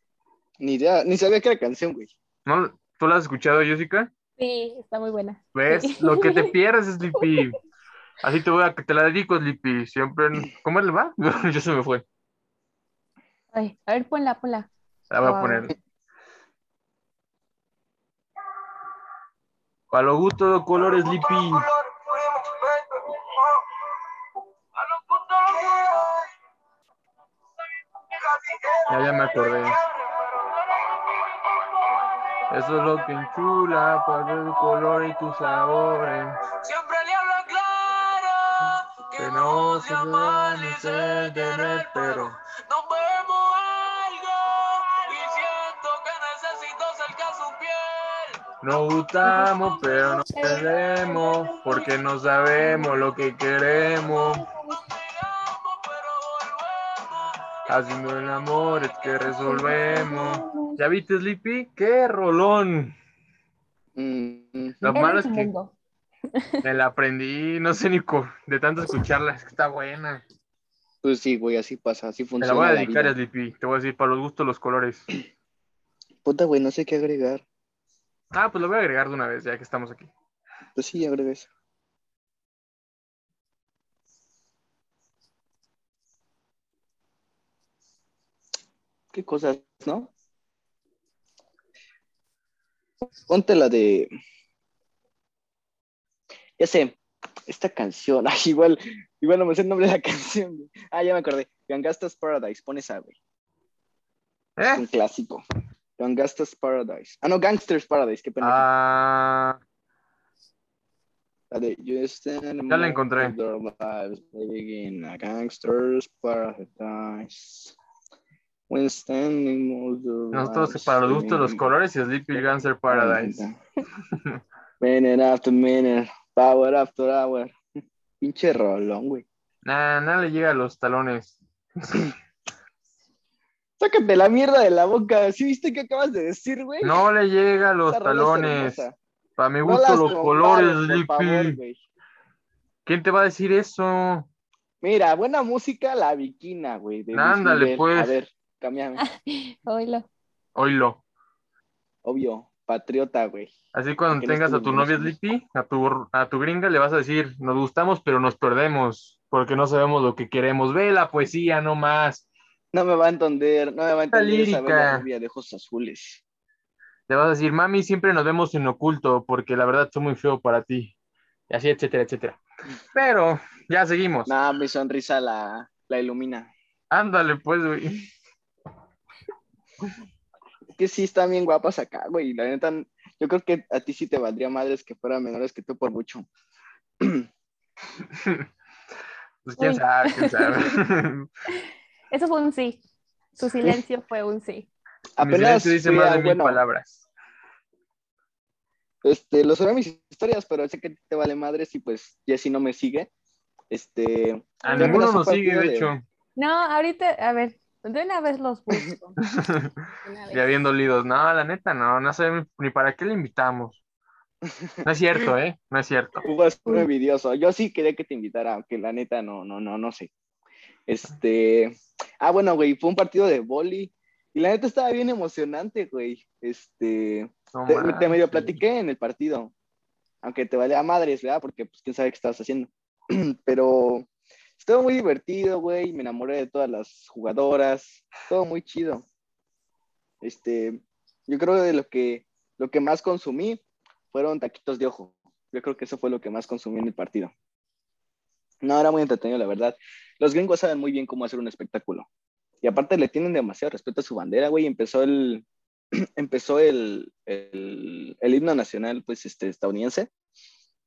Ni idea, ni sabía que era canción, güey.
¿No? ¿Tú la has escuchado, Jessica?
Sí, está muy buena.
¿Ves? Lo que te pierdes, Sleepy. Así te voy a que te la dedico, Sleepy. Siempre. en- ¿Cómo le va? ya se me fue.
Ay, a ver, ponla, ponla.
La voy a
Ah.
poner. Para los gustos, los colores, Sleepy.
color, primo, baby. A los gustos los colores.
Ya, ya me acordé. Eso es lo que enchula. Para ver el color y tus sabores.
Siempre le hablo claro.
Que no se
mal
ni se tener, pero.
Nos vemos algo y siento
No gustamos, pero nos perdemos, porque no sabemos lo que queremos.
tiramos, pero volvemos.
Haciendo el amor es que resolvemos. ¿Ya viste, Sleepy? ¡Qué rolón!
Mm, mm.
Lo
Era
malo
en
es
su
que
mundo.
me la aprendí, no sé ni co- de tanto escucharla, es que está buena.
Pues sí, güey, así pasa, así
Te
funciona.
la voy a
la
dedicar
vida.
a Sleepy, te voy a decir para los gustos, los colores.
Puta, güey, no sé qué agregar.
Ah, pues lo voy a agregar de una vez, ya que estamos aquí.
Pues sí, agrega eso. Qué cosas, ¿no? Ponte la de. Ya sé, esta canción. Ay, igual, igual no me sé el nombre de la canción. güey. Ah, ya me acordé. Gangasta's Paradise, pon esa, güey. Es
¿Eh?
un clásico. Gangasta's Paradise. Ah, no, Gangster's Paradise, qué pena.
Ah,
La de You Stand
Ya la encontré.
among Their lives, living in a gangster's paradise. When standing among their
nosotros
lives,
para los gustos, los
living-
colores y Sleepy Gangster Paradise.
minute after minute, power after hour. Pinche rolón, güey.
Nah, nada le llega a los talones.
Sácate la mierda de la boca. ¿Sí viste qué acabas de decir, güey?
No le llega a los
Esa rola es
talones.
hermosa.
Para mi
No
gusto,
las
los
compares,
colores,
por favor,
Sleepy.
güey.
¿Quién te va a decir eso?
Mira, buena música, la viquina, güey. de Luis
Ándale,
Miguel.
pues.
A ver, cámbiame.
Oílo.
Oílo.
Obvio, patriota, güey.
Así cuando
Porque no
tengas a tu
estuvimos
novia
juntos.
Sleepy, a tu, a tu gringa le vas a decir, nos gustamos pero nos perdemos, porque no sabemos lo que queremos. Ve la poesía, no más.
No me va a entender, no me va a
Esta
entender esa
lírica.
bella rubia de ojos azules.
Le vas a decir, mami, siempre nos vemos en oculto, porque la verdad soy muy feo para ti. Y así, etcétera, etcétera. Pero ya seguimos.
Nah, mi sonrisa la, la ilumina.
Ándale, pues, güey.
Es que sí están bien guapas acá, güey. La neta, yo creo que a ti sí te valdría madres que fueran menores que tú por mucho.
Pues quién
Uy.
sabe, quién sabe.
Eso fue un sí. Su silencio fue un sí.
Apenas
te dice
fui
más
a-
de mil
bueno,
palabras.
este, lo subí a mis historias, pero sé que te vale madres y pues Jessy no me sigue. Este,
A
yo
ninguno
apenas
nos
fui a
sigue,
partido
de hecho.
No, ahorita, a ver, de una vez los busco. De una
Ya
vez.
bien dolidos. No, la neta, no, no sé ni para qué le invitamos. No es cierto, ¿eh? No es cierto.
Tú vas muy envidioso. Yo sí quería que te invitara, aunque la neta no, no, no, no sé. Este. Ah, bueno, güey, fue un partido de boli. Y la neta estaba bien emocionante, güey. Este.
No
Te,
manches.
te medio platiqué en el partido. Aunque te vale a madres, ¿verdad? Porque pues quién sabe qué estabas haciendo. Pero estuvo muy divertido, güey. Me enamoré de todas las jugadoras. Todo muy chido. Este. Yo creo que de lo que, lo que más consumí fueron taquitos de ojo. Yo creo que eso fue lo que más consumí en el partido. No, era muy entretenido, la verdad. Los gringos saben muy bien cómo hacer un espectáculo. Y aparte le tienen demasiado respeto a su bandera, güey. Empezó el, empezó el, el, el himno nacional, pues, este, estadounidense.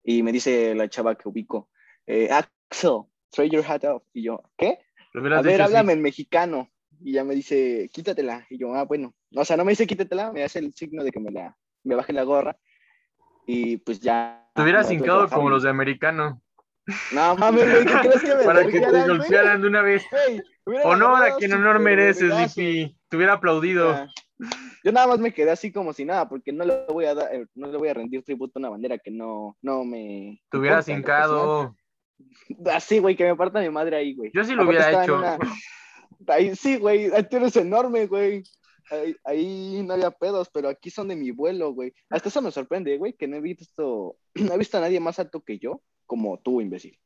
Y me dice la chava que ubico, eh, Axel, throw your hat off. Y yo, ¿qué?
Lo
A
hubieras
ver,
dicho así.
háblame en mexicano. Y ya me dice, quítatela. Y yo, ah, bueno. O sea, no me dice quítatela, me hace el signo de que me, la, me baje la gorra. Y pues ya.
Te hubieras
me la tuve que
hincado
bajar.
como los de americano.
No mames, güey, ¿qué crees que me
Para que te
golpearan, güey?
golpearan de una vez.
Güey, hubiera
Honor a
agarrado
quien
su
honor mereces,
vergazo.
Lipi. Te hubiera aplaudido.
Ah. Yo nada más me quedé así como si nada, porque no le voy a dar, eh, no le voy a rendir tributo a una bandera que no, no me.
Te hubieras
importa, ¿no?
hincado.
Así, güey, que me parta mi madre ahí, güey.
Yo sí lo
Aparte
hubiera
estaba en
hecho.
una- Ahí sí, güey, ahí tú eres enorme, güey. Ahí, ahí no había pedos, pero aquí son de mi vuelo, güey. Hasta eso me sorprende, güey, que no he visto, no he visto a nadie más alto que yo, como tú, imbécil.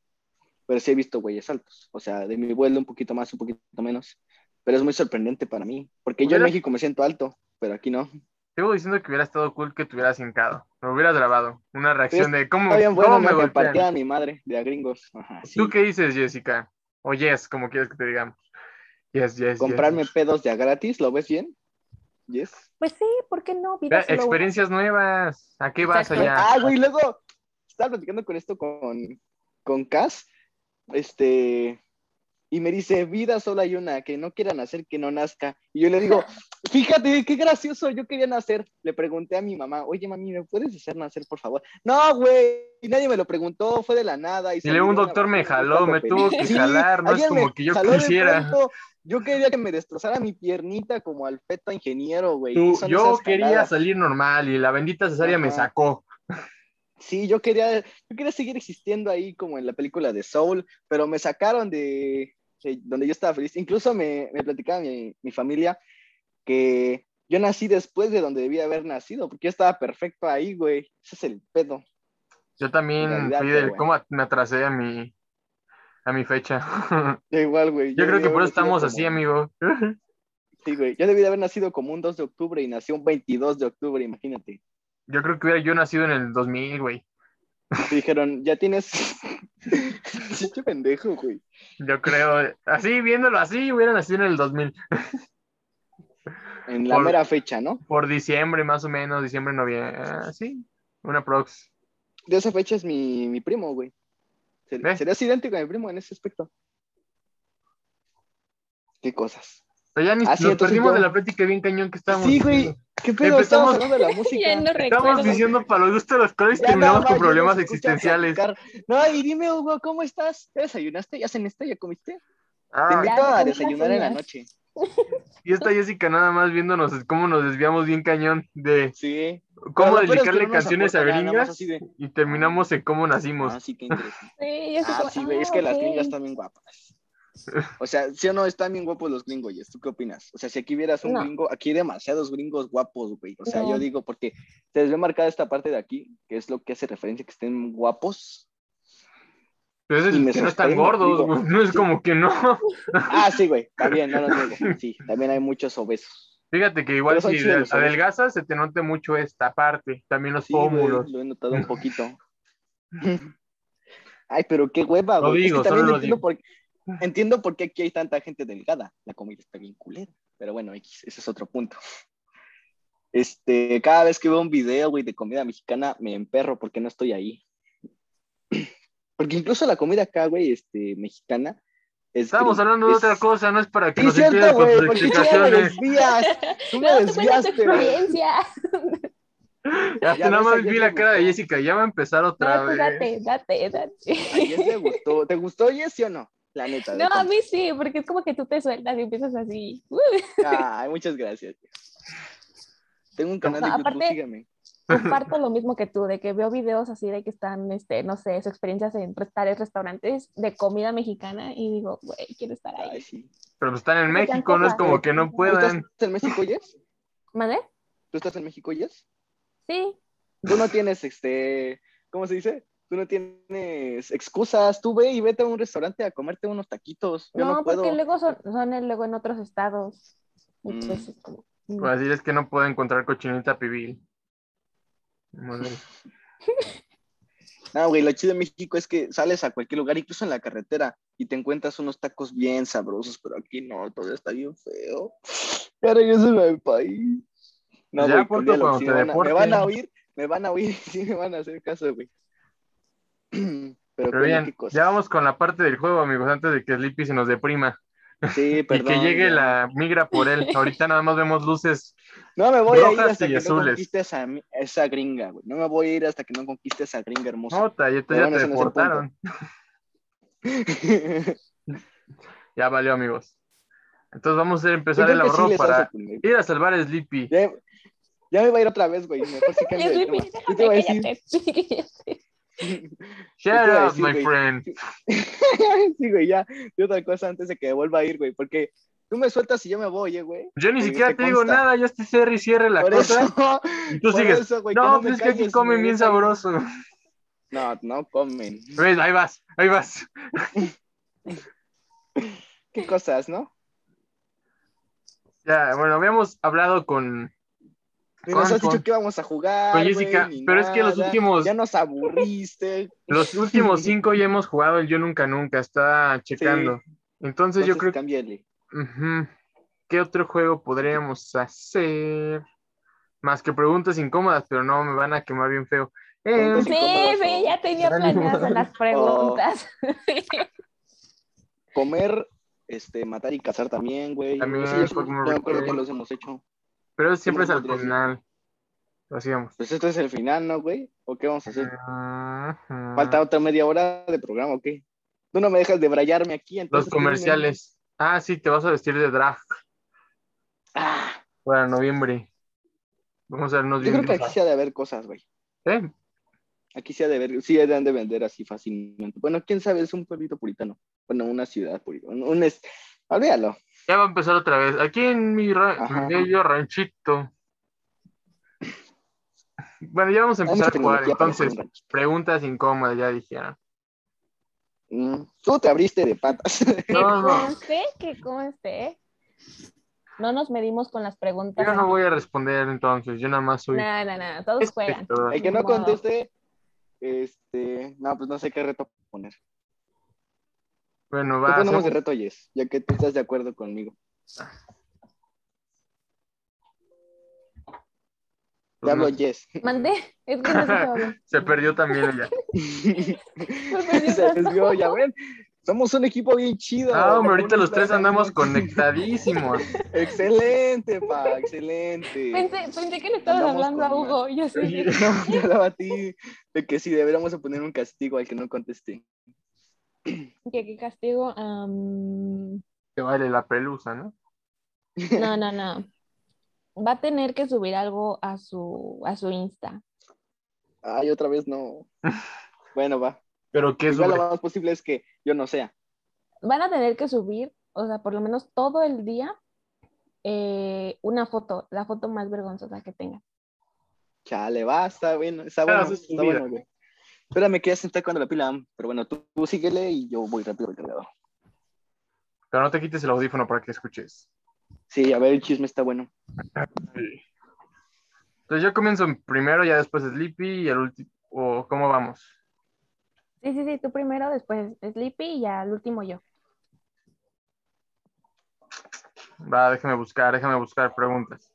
Pero sí he visto güeyes altos, o sea, de mi vuelo un poquito más, un poquito menos. Pero es muy sorprendente para mí, porque yo en
Hubiera-
México me siento alto, pero aquí no.
Sigo diciendo que hubiera estado cool que te hubieras hincado. Lo hubieras grabado. Una reacción de cómo,
Está bien
cómo
bueno,
me
me que
golpean.
partía a mi madre, de a gringos. Ajá, sí.
¿Tú qué dices, Jessica? O Yes, como quieres que te digamos. Yes, yes, yes.
Comprarme pedos de a gratis, ¿lo ves bien? Yes.
Pues sí, ¿por qué no? Vida
Vea,
solo una.
experiencias nuevas. ¿A qué vas
Exacto.
allá?
Ah, güey, luego estaba platicando con esto con, con Cass. Este. y me dice, vida solo hay una, que no quiera nacer, que no nazca. Y yo le digo, fíjate, qué gracioso, yo quería nacer. Le pregunté a mi mamá, oye, mami, ¿me puedes hacer nacer, por favor? No, güey, y nadie me lo preguntó, fue de la nada. Y
Y luego
salió
un
una
doctor me
vacuna
jaló, me
buscando
tuvo
feliz.
que
Sí,
jalar, no es
alguien me
como que yo
jaló de
quisiera.
pronto. Yo quería que me destrozara mi piernita como al feto ingeniero, güey.
Tú-
Eso no
yo
seas
quería
jalada.
salir normal y la bendita cesárea me
Ajá.
sacó.
Sí, yo quería, yo quería seguir existiendo ahí como en la película de Soul, pero me sacaron de, de donde yo estaba feliz. Incluso me, me platicaba mi, mi familia que yo nací después de donde debía haber nacido, porque yo estaba perfecto ahí, güey. Ese es el pedo.
Yo también
Realidad,
fui
qué
del
bueno.
cómo me atrasé a mi a mi fecha.
Da igual, güey.
Yo creo
debí
que por
haber
eso estamos
nacido
así,
como-
amigo.
Sí, güey. Yo debí de haber nacido como un 2 de octubre y nací un 22 de octubre, imagínate.
Yo creo que hubiera yo nacido en el 2000, güey.
Y dijeron, ya tienes... Chicho pendejo, güey.
Yo creo, así viéndolo así, hubiera nacido en el 2000.
En la
Por-
mera fecha, ¿no?
Por diciembre, más o menos, diciembre, noviembre. ah, Sí, una prox.
de esa fecha es mi, mi primo, güey. Ser-
¿Ve?
Serías idéntico a mi primo en ese aspecto. Qué cosas.
Pero ya ni
Ah, sí,
nos
entonces
perdimos
yo-
de la plática bien cañón que estamos.
Sí, güey. ¿Qué pedo?
Empezamos-
Estamos hablando de la
Ya
música.
no
Estamos
recuerdo.
diciendo para los gustos de los colores y
Ya
terminamos
nada
con
más, ya
problemas
nos escuchas
existenciales.
platicar. No, y dime, Hugo, ¿cómo estás? ¿Ya desayunaste? ¿Ya cenaste? ¿Ya comiste? Te
Ah,
invito a
Ya,
desayunar en la
cenas.
noche.
y esta Jessica nada más viéndonos cómo nos desviamos bien cañón de
Sí. Pero
cómo
lo peor es que
dedicarle
no nos
canciones a
aporta nada, nada más
gringas
así de,
y terminamos en cómo nacimos.
Ah, sí, qué interesante.
Sí, yo sí
Ah,
como,
sí, güey, es
ah,
que las
ok.
gringas están bien guapas. O sea, ¿sí o no? Están bien guapos los gringos, Jess, ¿Tú qué opinas? O sea, si aquí vieras un
No.
gringo, aquí hay demasiados gringos guapos, güey. O sea,
No.
yo digo, porque se les ve marcada esta parte de aquí, que es lo que hace referencia que estén guapos.
Pero
y
es
me
que no están
sorprende,
gordos,
digo,
güey, no es
sí.
como que no.
Ah, sí, güey, también, no lo niego. Sí, también hay muchos obesos.
Fíjate que igual
Pero son
si
chidos, ¿sabes?
adelgazas se te note mucho esta parte, también los
Sí, güey,
pómulos.
lo he notado un poquito. Ay, pero qué hueva,
Lo
güey.
digo,
es que también
solo lo
entiendo
digo.
por, entiendo por qué aquí hay tanta gente delgada. La comida está bien culera. Pero bueno, X, ese es otro punto. Este, cada vez que veo un video, güey, de comida mexicana, me emperro porque no estoy ahí. Porque incluso la comida acá, güey, este, mexicana, es
Estamos
gringa,
hablando de
es-
otra cosa, no es para que
Sí,
nos empiecen
cierto,
con
güey,
tus
porque tú me
explicaciones.
desvías. Tú me
No, tú cuentas tu
desviaste, güey.
experiencia.
Ya
Ya
nada
ves,
más
ayer
vi la
me
cara de
gustó.
Jessica, ya va a empezar otra
No, tú
vez.
date, date,
A Jess
date.
le gustó. ¿Te gustó, Jess, sí o no? La neta. de
No, a
tanto.
mí sí, porque es como que tú te sueltas y empiezas así. Uh,
Ay, muchas gracias. Tengo un canal de
Ajá,
YouTube,
aparte-
sígame.
comparto lo mismo que tú, de que veo videos así de que están, este, no sé, sus experiencias en restaurantes, restaurantes de comida mexicana y digo, güey, quiero estar
Ay,
ahí.
sí.
Pero pues están en
Oigan,
México, no es
cosas.
como que no
¿Tú estás
puedan.
en México, Jess?
¿Mande?
¿Tú estás en México, Jess?
Sí.
Tú no tienes, este, ¿cómo se dice? Tú no tienes excusas. Tú ve y vete a un restaurante a comerte unos taquitos. Yo
no,
no, puedo.
porque luego son, son en- luego en otros estados.
Mm.
Entonces, es como, mm.
Pues así es que no puedo encontrar cochinita pibil. Madre.
No, güey, lo chido de México es que sales a cualquier lugar, incluso en la carretera, y te encuentras unos tacos bien sabrosos, pero aquí no, todo está bien feo. Ya regresen al país. No,
Ya,
güey,
Porto,
olvídalo,
cuando
sí
te
me, van a, me
deporten.
van a oír, me van a oír, sí me van a hacer caso, güey. Pero,
Pero
bueno,
bien,
qué cosas.
ya vamos con la parte del juego, amigos, antes de que Sleepy se nos deprima
Sí, perdón.
y que llegue
ya.
la migra por él. Ahorita nada más vemos luces
No me voy a ir
rojas
hasta
y
que no
azules.
conquiste esa, esa gringa, güey. No me voy a ir hasta que no conquiste esa gringa hermosa.
Nota, ya te,
Pero
ya
bueno,
te
ese no es el punto.
deportaron. Ya valió, amigos. Entonces vamos a empezar el
Yo creo que sí
ahorro
les
para
hace poner-
ir a salvar a Sleepy.
Ya, ya me va a ir otra vez, güey. Mejor sí
Yo
cambio de
soy
tema.
feliz,
Yo te voy a decir.
cállate, cállate.
iba
Shut
a
up,
decir,
my
güey.
friend.
sí, güey, ya. Y otra cosa antes de que vuelva a ir, güey. Porque tú me sueltas y yo me voy, eh, güey.
Yo ni
Sí,
siquiera
te
te digo
consta.
nada, ya estoy cierre y cierre la
Por
cosa.
eso.
y tú
por
sigues.
eso, güey,
no,
me
pues es que aquí
calles,
comen
güey.
bien sabroso.
No, no comen.
¿Ves? Ahí vas, ahí vas.
Qué cosas, ¿no?
Ya, bueno, habíamos hablado con.
Ni nos
Con-
has
con-
dicho que íbamos a jugar.
con Jessica,
güey, ni
pero es que los
nada.
últimos-
Ya nos aburriste.
Los últimos cinco ya hemos jugado el Yo Nunca Nunca, está checando. Entonces,
Entonces,
yo creo que.
cámbiale.
Ujú. ¿Qué otro juego podríamos hacer? Más que preguntas incómodas, pero no, me van a quemar bien feo. Eh,
Preguntas
Sí, sí,
Oh.
ya tenía planeadas las preguntas.
Comer este, matar y cazar también, güey.
También,
Sí, eso,
fue como
no me acuerdo
recreo.
que los hemos hecho.
Pero siempre es al
podría ser.
final. Lo hacíamos.
Pues esto es el final, ¿no, güey? ¿O qué vamos a hacer?
Ajá.
Falta otra media hora de programa, ¿o qué? Tú no me dejas de brayarme aquí.
Los
entonces, dime.
comerciales. Ah, sí, te vas a vestir de drag
Ah,
para noviembre. Vamos a vernos
yo
bien.
creo que aquí sí ha de haber cosas, güey.
¿Eh?
Aquí sí ha de haber, sí han de vender así fácilmente. Bueno, quién sabe, es un pueblito puritano. Bueno, una ciudad puritana. Un es... Olvídalo.
Ya va a empezar otra vez. Aquí en mi, ra-
Ajá.
mi bello ranchito. Bueno, ya vamos a
Hay mucha
empezar a jugar.
tecnología para hacer
Entonces,
un rancho.
preguntas incómodas, ya dijeron.
Mm, Tú te abriste de patas.
Que
No, no.
conste, que conste. No nos medimos con las preguntas.
Yo no voy a responder entonces. Yo nada más soy
No, no, no, todos juegan.
espectador.
El Este, que no
Wow.
conteste, este, no, pues no sé qué reto poner. ¿Qué
Bueno, va.
ponemos de
hacemos-
reto, Yes? Ya que tú estás de acuerdo conmigo. Te
Pues
hablo, Yes.
Mandé, es que no escuchaba bien.
Se perdió también ella.
Se desvió, ya ven. Somos un equipo bien chido.
Ah, hombre, ahorita los tres andamos conectadísimos.
Excelente, pa, excelente.
Pensé, pensé que le estabas
Andamos
hablando a
con
Hugo. Yo sé
Oye, No, yo hablaba a ti de que sí, deberíamos de poner un castigo al que no conteste.
que, que castigo. am,
Que vale la pelusa, ¿no?
No, no, no. Va a tener que subir algo a su, a su Insta.
Ay, otra vez no. Bueno, va.
Pero que es
Igual lo más posible es que yo no sea.
Van a tener que subir, o sea, por lo menos todo el día, eh, una foto, la foto más vergonzosa que tengan.
Chale, va, está bueno, está
Claro,
bueno,
eso es tu
está
vida.
bueno, güey. Espérame que ya se está cuando la pila, pero bueno, tú, tú síguele y yo voy rápido al cargador.
Pero no te quites el audífono para que escuches.
Sí, a ver, el chisme está bueno.
Entonces yo comienzo primero, ya después Sleepy y el último. ¿O cómo vamos?
Sí, sí, sí, tú primero, después Sleepy y ya al último yo.
Va, déjame buscar, déjame buscar preguntas.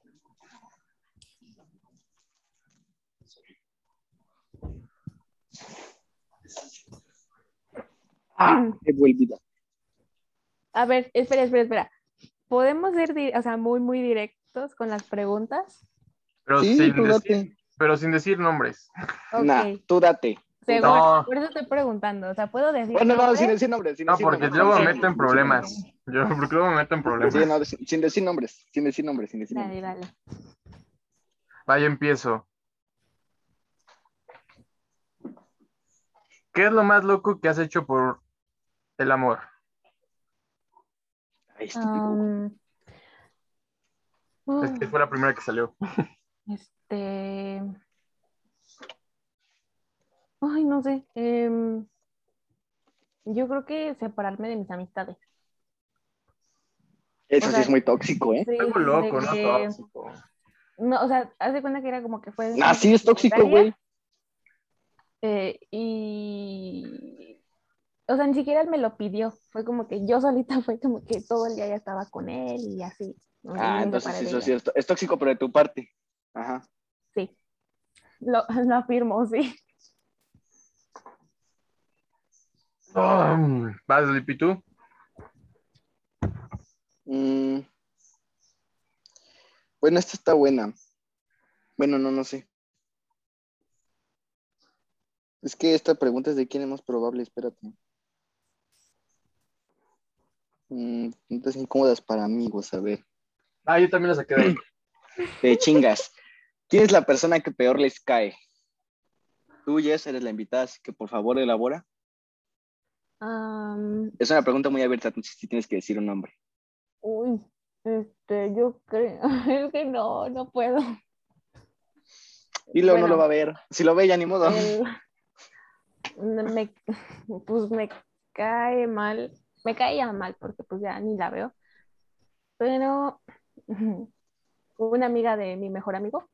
Ah, qué vuelvida.
A ver, espera, espera, espera. ¿Podemos ser, di- o sea, muy, muy directos con las preguntas?
Pero,
Sí,
sin,
tú
decir,
date.
pero sin decir nombres.
Ok,
Nah, tú date.
seguro.
No.
Por eso estoy preguntando, o sea, ¿puedo decir
Bueno, no,
nombres?
sin decir nombres. Sin
No,
decir
porque
nombres,
luego
sin
me
decir
meto en
nombres,
problemas. Yo, porque luego me meto en problemas.
sin nombres. Sí, no, sin decir nombres, sin decir nombres, sin decir
Dale,
nombres.
dale.
Va, yo empiezo. ¿Qué es lo más loco que has hecho por el amor?
Ay, este estúpido.
Um, uh,
Es que fue la primera que salió.
este. Ay, no sé. em, yo creo que separarme de mis amistades.
Eso
o
sí
sea,
es muy tóxico, ¿eh?
Sí,
Algo
de
loco, ¿no?
que-
Tóxico.
no, O sea, haz de cuenta que era como que fue.
Ah, sí, es tóxico, güey.
Eh, y. O sea, ni siquiera él me lo pidió. Fue como que yo solita fue como que todo el día ya estaba con él y así. O sea, yo
Ah,
me
entonces
separé
sí,
de
eso es
él.
cierto. Es tóxico, pero de tu parte. Ajá.
Sí. Lo, lo afirmo, sí.
Ah, ¿Vas, Lipi, tú?
Mm. Bueno, esta está buena. Bueno, no, no sé. Es que esta pregunta es de quién es más probable, espérate. Mm, preguntas incómodas para amigos, a ver.
Ah, yo también la saqué de ahí.
Te chingas. ¿Quién es la persona que peor les cae? Tú, Jess, eres la invitada, así que por favor elabora.
Am,
Es una pregunta muy abierta, entonces sí tienes que decir un nombre.
uy, este, yo creo, es que no, no puedo.
Dilo, no
Bueno. Eh,
lo va a ver. Si lo ve, ya ni modo.
El- me, pues me cae mal, me caía mal porque pues ya ni la veo. Pero una amiga de mi mejor amigo.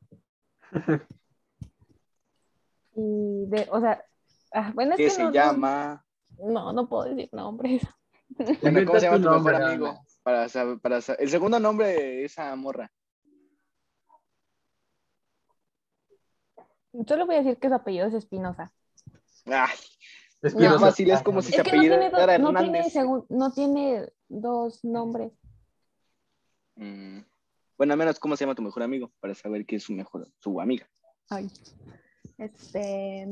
Y de, o sea, ah, bueno, es
¿Qué
que
se
no, no-
llama?
no, no puedo decir nombres.
Bueno, ¿Cómo
Inventa
se llama
tu
tu
nombre,
mejor
Ana.
amigo? Para saber, para saber. El segundo nombre de esa morra. Ah,
Solo voy a decir que su apellido es Espinosa.
Ay,
Es
No.
es
Más
fácil, es como si
Es
se
que no tiene,
apellidara
dos, no, tiene
Hernández.
segun- no tiene dos nombres.
Mm. Bueno, al menos, ¿cómo se llama tu mejor amigo? Para saber qué es su mejor, su amiga.
Ay. Este.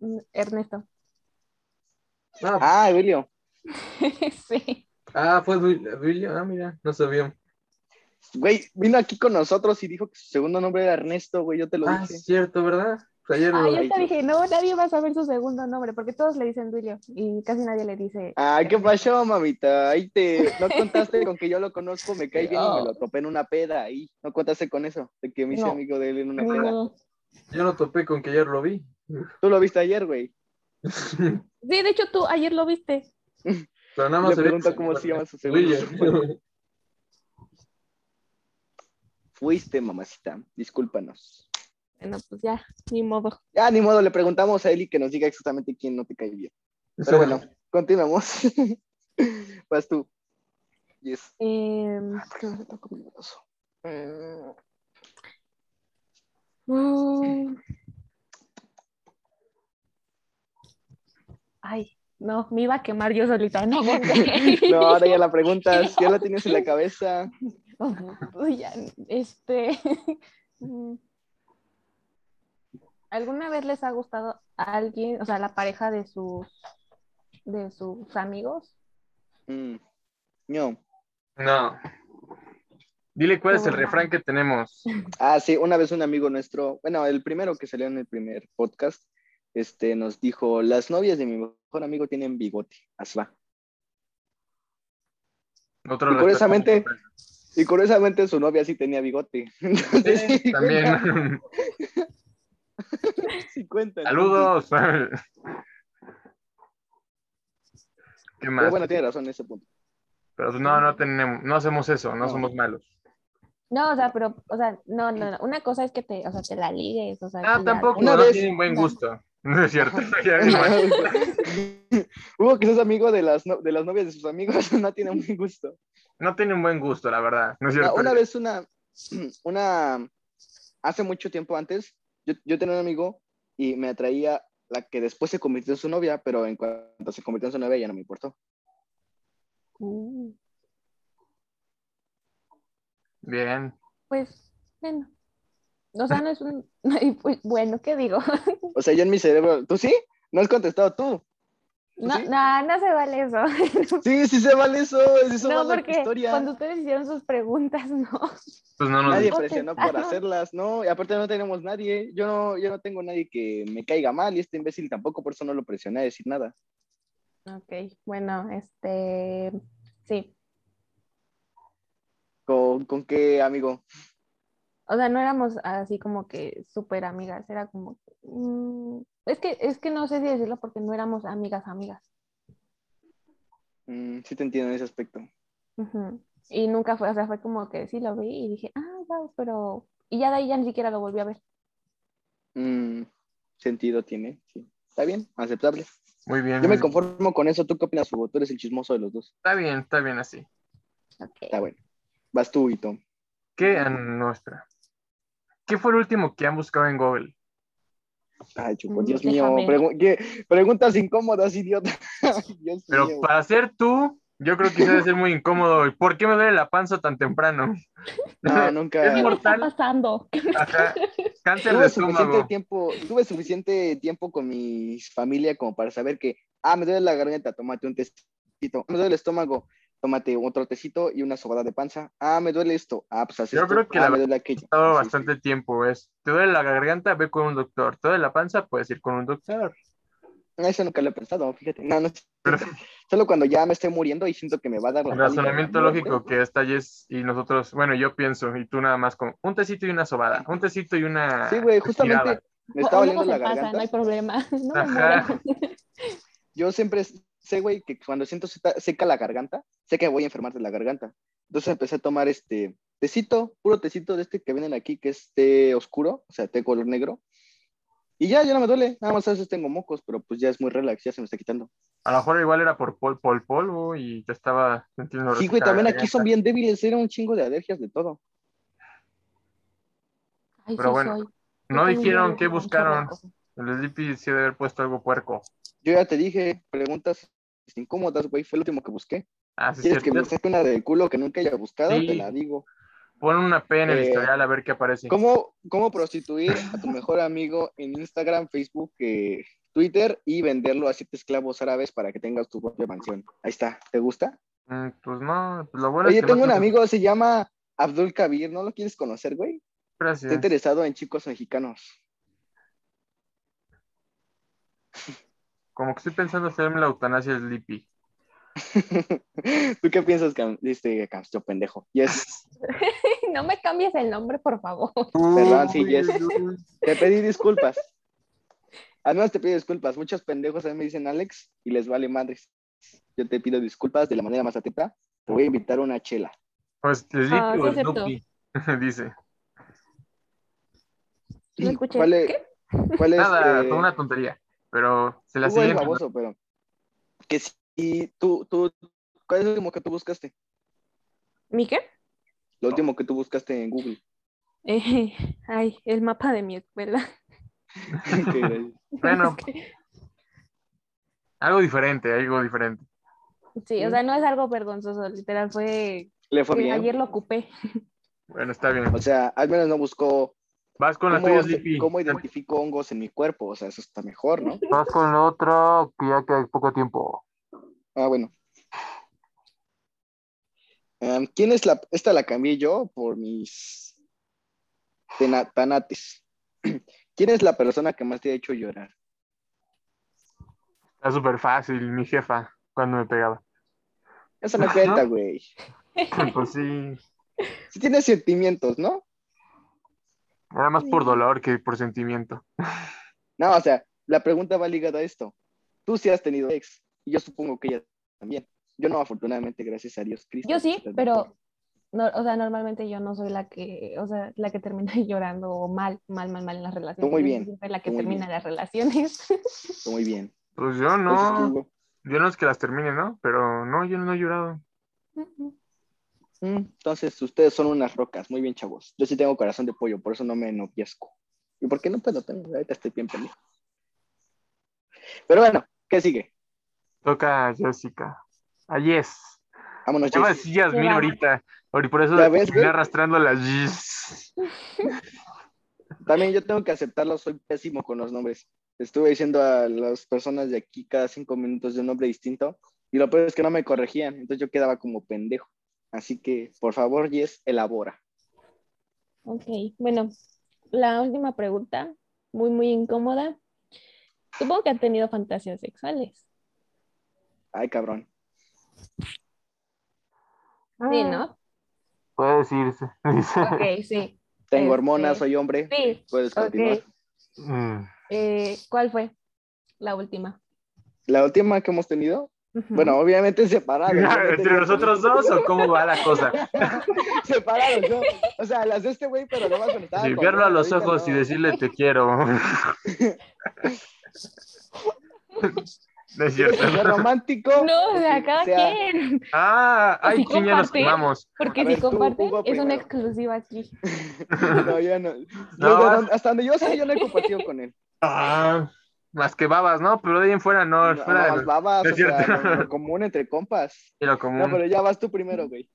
mm, Ernesto.
Ah,
Ah, Emilio.
sí.
ah, fue Wil- William. Ah, mira, no sabía.
Güey, vino aquí con nosotros y dijo que su segundo nombre era Ernesto, güey, yo te lo
Ah,
dije.
es cierto, ¿verdad? Ayer
Ah,
lo-
yo te
Ay,
dije, no, nadie va a saber su segundo nombre, porque todos le dicen Duilio y casi nadie le dice.
Ah, ¿qué pasó, mamita? Ahí te... No contaste con que yo lo conozco, me cae bien y me lo topé en una peda ahí. No contaste con eso, de que me hice
No.
amigo de él en una peda.
No.
yo lo topé con que ayer lo vi.
Tú lo viste ayer, güey.
Sí, de hecho tú ayer lo viste.
Pero
Le
nada más sabía
pregunto
que-
cómo se llama su segundo nombre.
William.
Fuiste, mamacita. Discúlpanos.
Bueno, pues ya, ni modo.
Ya, ni modo, le preguntamos a Eli que nos diga exactamente quién no te cae bien. Pero bueno, continuamos. Vas tú. Yes.
Em,
¿Por qué no le toco mi brazo? Eh,
mm, mm. Ay, no, me iba a quemar yo solita. No, porque-
No, ahora ya la preguntas. Ya la tienes en la cabeza.
Uy, ya, este. mm. ¿Alguna vez les ha gustado a alguien, o sea, la pareja de sus de sus amigos?
Mm. No.
No. Dile cuál es el
Bueno.
refrán que tenemos.
Ah, sí, una vez un amigo nuestro, bueno, el primero que salió en el primer podcast, este, nos dijo, las novias de mi mejor amigo tienen bigote, asba.
Otro
Y
refrán.
curiosamente- Y curiosamente su novia sí tenía bigote. Entonces,
Sí,
cuenta,
también.
sí cuenta.
Saludos. ¿Qué más?
Pero bueno, tiene razón en ese punto.
Pero no, no tenemos, no hacemos eso, no
No.
somos malos.
No, o sea, pero, o sea, no, no, no. Una cosa es que te, o sea, te la ligues, o sea.
Ah,
que ya-
tampoco,
Una
no
vez-
tienen buen gusto. No es cierto. ya vi mal.
Hugo, que es amigo de las, no- de las novias de sus amigos, no tiene muy gusto.
No tienen buen gusto, la verdad. No es
Ah,
cierto.
Una vez una, una, hace mucho tiempo antes, yo, yo tenía un amigo y me atraía la que después se convirtió en su novia, pero en cuanto se convirtió en su novia ya no me importó.
Uh,
Bien.
Pues, bueno. O sea, no es un. y pues, Bueno, ¿qué digo?
O sea, yo en mi cerebro, ¿tú sí? No has contestado tú.
No,
¿Sí?
no, no se vale eso.
Sí, sí se vale eso, es eso
No,
vale la
porque
historia.
cuando ustedes hicieron sus preguntas, no.
Pues no nos
Nadie
No
presionó por
contestaron.
hacerlas, ¿no? Y aparte no tenemos nadie, yo no, yo no tengo nadie que me caiga mal y este imbécil tampoco, por eso no lo presioné a decir nada.
Ok, bueno, este, sí.
¿Con, con qué amigo?
O sea, no éramos así como que súper amigas, era como, mm, es que, es que no sé si decirlo porque no éramos amigas, amigas.
Mm, sí te entiendo en ese aspecto.
Ujú. Y nunca fue, o sea, fue como que sí lo vi y dije, ah, wow, pero, y ya de ahí ya ni siquiera lo volví a ver.
Mm, sentido tiene, sí. Está bien, aceptable.
Muy bien.
Yo me
muy bien.
conformo con eso. ¿Tú qué opinas, Hugo? Tú eres el chismoso de los dos.
Está bien, está bien así.
Está
Ok.
bueno. Vas tú, Huguito.
¿Qué? Ah, No, espera. ¿Qué fue el último que han buscado en Google?
Ay, Chupo,
Mm,
Dios
déjame.
mío. pregu- ¿qué? Preguntas incómodas, idiota. Dios
Pero
mío.
para ser tú, yo creo que se debe ser muy incómodo. ¿Y ¿Por qué me duele la panza tan temprano?
No,
Es
nunca.
¿Qué está
mortal.
pasando?
Ajá. Cáncer de
Tuve suficiente,
estómago.
tiempo, tuve suficiente tiempo con mi familia como para saber que, ah, me duele la garganta, tómate un tecito. Me duele el estómago, tómate otro tecito y una sobada de panza. Ah, me duele esto. Ah, pues así.
Yo creo que la
me duele aquello.
Todo
Así,
bastante tiempo es. Te duele la garganta, ve con un doctor. Te duele la panza, puedes ir con un doctor.
sí. Eso nunca lo he pensado, fíjate. No, no.
Pero-
Solo cuando ya me estoy muriendo y siento que me va a dar la
El
pálida de la
razonamiento
muerte.
lógico que esta Jess y nosotros, bueno, yo pienso, y tú nada más con un tecito y una sobada, un tecito y una.
Sí, güey,
estirada.
justamente me está
Luego
doliendo
se
la
pasa, no hay
garganta.
problema. No me
Ajá.
muero.
Yo siempre sé, güey, que cuando siento seca- seca la garganta, sé que voy a enfermar de la garganta. Entonces empecé a tomar este tecito, puro tecito de este que vienen aquí, que es té oscuro, o sea, té color negro. Y ya, ya no me duele. Nada más a veces tengo mocos, pero pues ya es muy relax, ya se me está quitando.
A lo mejor igual era por pol, pol- polvo y te estaba sintiendo.
Sí, güey,
la
también aquí
garganta.
son bien débiles, era un chingo de alergias de todo.
Ay,
Pero
sí
bueno,
soy.
No
Yo también
dijeron
tengo
qué
un chorro de
buscaron.
cosas.
El Sleepy sí debe haber puesto algo puerco.
Yo ya te dije, preguntas incómodas, güey, fue el último que busqué.
Ah, sí,
¿Quieres
es
que me
cierto.
saque una del culo que nunca haya buscado?
Sí.
Te la digo.
Pon una P en el
Eh,
historial a ver qué aparece.
¿Cómo, ¿Cómo prostituir a tu mejor amigo en Instagram, Facebook, eh, Twitter y venderlo a siete esclavos árabes para que tengas tu propia mansión? Ahí está, ¿te gusta?
Mm, Pues no, pues lo bueno es
Oye,
que
tengo
vas
un
a-
amigo, se llama Abdul Kabir, ¿no lo quieres conocer, güey?
Gracias.
Está interesado en chicos mexicanos.
Como que estoy pensando hacerme la eutanasia de Sleepy.
¿Tú qué piensas, Cam? Este, Camstro, pendejo. Yes,
No me cambies el nombre, por favor.
Perdón, sí,
Uy,
yes.
uy, uy.
te pedí disculpas. Además, te pido disculpas. Muchos pendejos a mí me dicen Alex y les vale madres. Yo te pido disculpas de la manera más atenta. Te voy a invitar a una chela.
Pues Sleepy
Ah, sí
o
es cierto.
Snoopy, dice.
No escuché.
¿Cuál es,
¿Qué?
cuál es,
Nada,
eh,
fue una tontería. Pero se la
Hugo es
siguiente.
baboso, pero que si y tú, tú, ¿cuál es lo último que tú buscaste?
¿Mi qué?
Lo último que tú buscaste en Google.
Eh, ay, el mapa de mi escuela.
Qué gracia.
Bueno, algo diferente, algo diferente.
Sí, o sea, no es algo vergonzoso, literal, fue
Le fue
que
bien.
ayer lo ocupé.
Bueno, está bien.
O sea, al menos no buscó
Vas con la
cómo,
tuya, Sleepy.
cómo identifico hongos en mi cuerpo. O sea, eso está mejor, ¿no?
Vas con la otra, que ya que hay poco tiempo.
Ah, bueno. Em, ¿Quién es la? Esta la cambié yo por mis tena- tanates. ¿Quién es la persona que más te ha hecho llorar?
Está súper fácil, mi jefa, cuando me pegaba.
Eso no cuenta, güey.
Pues sí,
Si tienes sentimientos, ¿no?
era más por dolor que por sentimiento.
No, o sea, la pregunta va ligada a esto. Tú sí has tenido ex, y yo supongo que ella también. Yo no, afortunadamente, gracias a Dios Cristo.
Yo sí, pero, no, o sea, normalmente yo no soy la que, o sea, la que termina llorando o mal, mal, mal, mal en las
muy
relaciones. Yo soy
bien,
siempre la que
tú muy
termina
bien.
las relaciones.
Muy bien.
Pues yo
Entonces,
no,
Hugo,
yo no es que las termine, ¿no? Pero no, yo no he llorado.
mm, entonces, ustedes son unas rocas. Muy bien, chavos. Yo sí tengo corazón de pollo, por eso no me enoviezco. ¿Y por qué no puedo tengo? Ahorita estoy bien pendejo. Pero bueno, ¿qué sigue?
Toca a Jessica. A Yes.
Vámonos,
Llama
Jess.
así Yasmín
Ya.
ahorita. Ahorita Por eso
¿Ya ves,
terminé
güey?
arrastrando las Yes.
También yo tengo que aceptarlo, soy pésimo con los nombres. Estuve diciendo a las personas de aquí cada cinco minutos de un nombre distinto y lo peor es que no me corregían, entonces yo quedaba como pendejo. Así que, por favor, Jess, elabora.
Ok, bueno, la última pregunta, muy, muy incómoda. Supongo que han tenido fantasías sexuales.
Ay, cabrón.
Sí, ¿no?
Puede decirse. Dice.
Ah.
Ok, sí.
Tengo
Este,
hormonas, soy hombre.
Sí,
Puedes
ok.
continuar.
Mm.
Eh, ¿cuál fue la última?
La última que hemos tenido,
Ujú.
bueno, obviamente separado.
¿Entre nosotros dos o cómo va la cosa?
Separados, ¿no? O sea, las de este güey, pero no más conectadas.
Sí,
con
verlo a
dos,
los
ahorita
ojos y
no.
decirle te quiero. No es cierto.
¿Quieres ser romántico?
No, o sea, cada
O sea,
quien.
Ah, ay,
Así
¿quién ya nos
comparte.
A
quemamos?
Porque
ver,
si
tú,
comparten,
Hugo
es una
primero.
exclusiva aquí.
No, yo no.
No,
Yo de
vas-
donde- hasta donde yo sé, yo no he compartido con él.
Ah, más que babas, ¿no? Pero de ahí en fuera no,
No,
fuera de
no,
lo-
babas,
no es
o sea,
cierto. Ah.
lo, lo común entre compas.
de lo común.
No, pero ya vas tú primero, güey.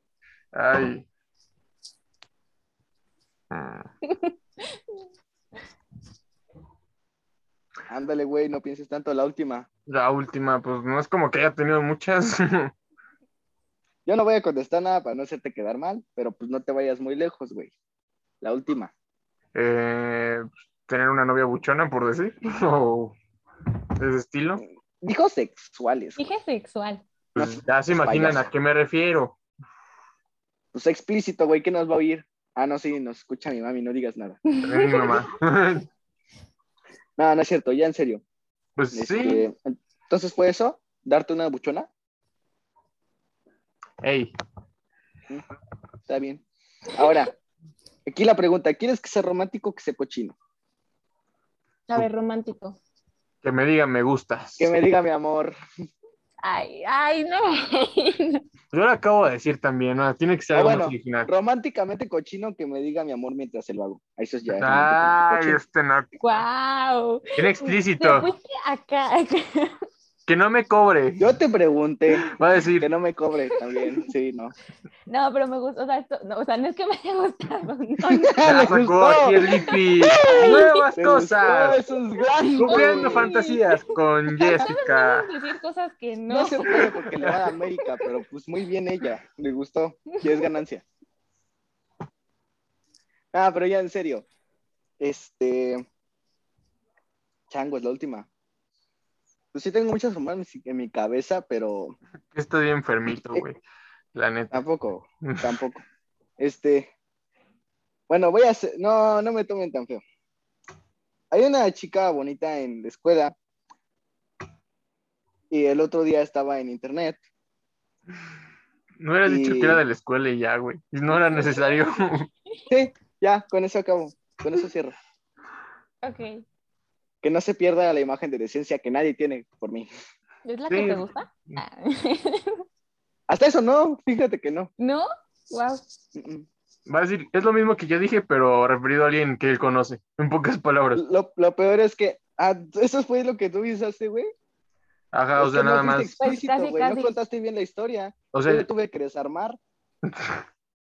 Ay. Ah,
Ándale, güey, no pienses tanto. La última.
La última, pues no es como que haya tenido muchas.
Yo no voy a contestar nada para no hacerte quedar mal, pero pues no te vayas muy lejos, güey. La última.
Eh, tener una novia buchona, por decir, o de ese estilo.
Dijo sexuales. güey.
Dije sexual.
Pues ya se imaginan
Payaso.
a qué me refiero.
Pues explícito, güey, ¿qué nos va a oír? Ah, no, sí, nos escucha mi mami, no digas nada.
También mi mamá.
No, no es cierto, ya en serio.
Pues sí.
Este, entonces fue eso, darte una buchona.
Ey,
Está bien. Ahora, aquí la pregunta, ¿quieres que sea romántico o que sea cochino?
A ver, romántico.
que me diga me gustas.
Que me diga mi amor.
Ay, ay, no.
Pues Yo lo acabo de decir también, ¿no? Tiene que ser
Ah,
algo
bueno.
más original.
Románticamente cochino que me diga mi amor mientras se lo hago. Eso es ya.
Ay,
románticamente cochino.
este no.
Wow.
Bien explícito.
acá, acá.
Que no me cobre.
Yo te pregunté
Va a
que
decir,
no me cobre también. Sí, no.
No, pero me gusta, o sea, esto- no, o sea, no es que me haya gustado. No, no.
"Ya
Le
sacó
gustó.
aquí el Lipi. Nuevas
Le
cosas.
gustó, eso es grande.
Cumpliendo
Ay.
fantasías con Jessica.
No me decir cosas que no.
No. se puede porque le va a América, pero pues muy bien ella. Le gustó. Y es ganancia. Ah, pero ya en serio. Este. Chango es la última. Pues sí tengo muchas romanas en mi cabeza, pero
Estoy bien enfermito, güey. La neta.
tampoco, tampoco. Este. Bueno, voy a hacer. No, no me tomen tan feo. Hay una chica bonita en la escuela. Y el otro día estaba en internet.
No hubieras dicho
Y-
que era de la escuela y ya, güey. No era necesario.
Sí, ya, con eso acabo. Con eso cierro.
Ok.
Que no se pierda la imagen de decencia que nadie tiene por mí.
¿Es la que
Sí.
te gusta? Ah.
Hasta eso no, fíjate que no.
¿No? Wow.
Mm, mm.
Va a decir, es lo mismo que yo dije, pero referido a alguien que él conoce. En pocas palabras.
Lo, lo peor es que ah, eso fue lo que tú pensaste, güey.
Ajá, Ah, o
Es
sea,
que no
nada
fuiste
más.
explícito,
Pues casi,
güey,
casi.
No contaste bien la historia.
O
Yo
sea,
la tuve que desarmar.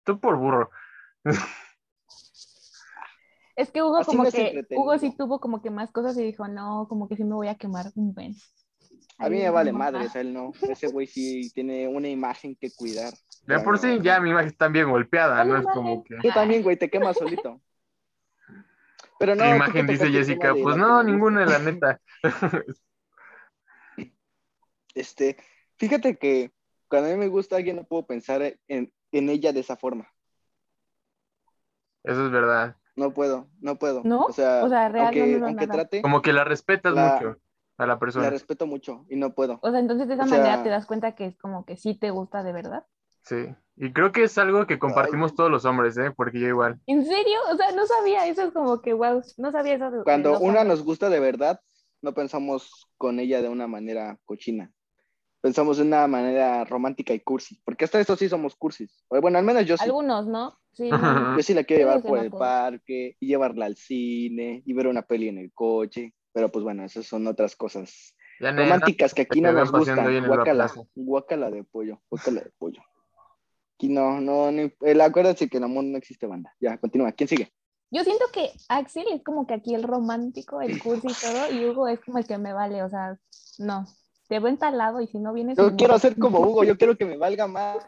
tú por burro.
Es que Hugo
Así
como
no es
que,
entretenido.
Hugo sí tuvo como que más cosas y dijo, no, como que sí me voy a quemar un buen.
A mí me
Ahí le
vale
vamos
madre,
a-
o sea, él no. Ese güey sí tiene una imagen que cuidar.
De por sí, ya mi imagen está bien golpeada,
Ay,
¿no? Es
imagen.
como que.
Tú también, güey, te quemas solito. Pero no.
¿Qué
tú
imagen
que
dice
tocaste el
Jessica?
tema de
Pues
la
no,
que me
ninguna, la neta.
Este, fíjate que cuando a mí me gusta alguien no puedo pensar en, en ella de esa forma.
Eso es verdad.
No puedo, no puedo.
¿No?
O sea,
O sea, real,
aunque,
no, no, no,
aunque
nada.
trate,
Como que la respetas
La-
mucho a la
la
persona.
respeto mucho y no puedo.
O sea, entonces de esa
O sea-
manera te das cuenta que es como que sí te gusta de verdad.
Sí. Y creo que es algo que compartimos todos los hombres, ¿eh? Porque yo igual.
¿En serio? O sea, no sabía eso, es como que, wow, no sabía eso. de- de
Cuando
los
una
hombres.
nos gusta de verdad, no pensamos con ella de una manera cochina. Pensamos de una manera romántica y cursi. Porque hasta eso sí somos cursis. O, Bueno, al menos yo sí.
Algunos, ¿no? Sí.
Yo sí la quiero
Creo
llevar
que
por
no
el
todos.
parque y llevarla al cine y ver una peli en el coche. Pero pues bueno, esas son otras cosas
Ya neta,
románticas que aquí no
te van
nos
paseando
gustan.
ahí en la
Guácala,
plaza.
guácala de pollo, guácala de pollo. Aquí no, no, no el, acuérdense que el amor no existe banda. Ya, continúa. ¿Quién sigue?
Yo siento que Axel es como que aquí el romántico, el cursi y todo, y Hugo es como el que me vale, o sea, no. Te veo entalado y si no vienes.
Yo
ni
quiero
modo.
ser como Hugo, yo quiero que me valga más,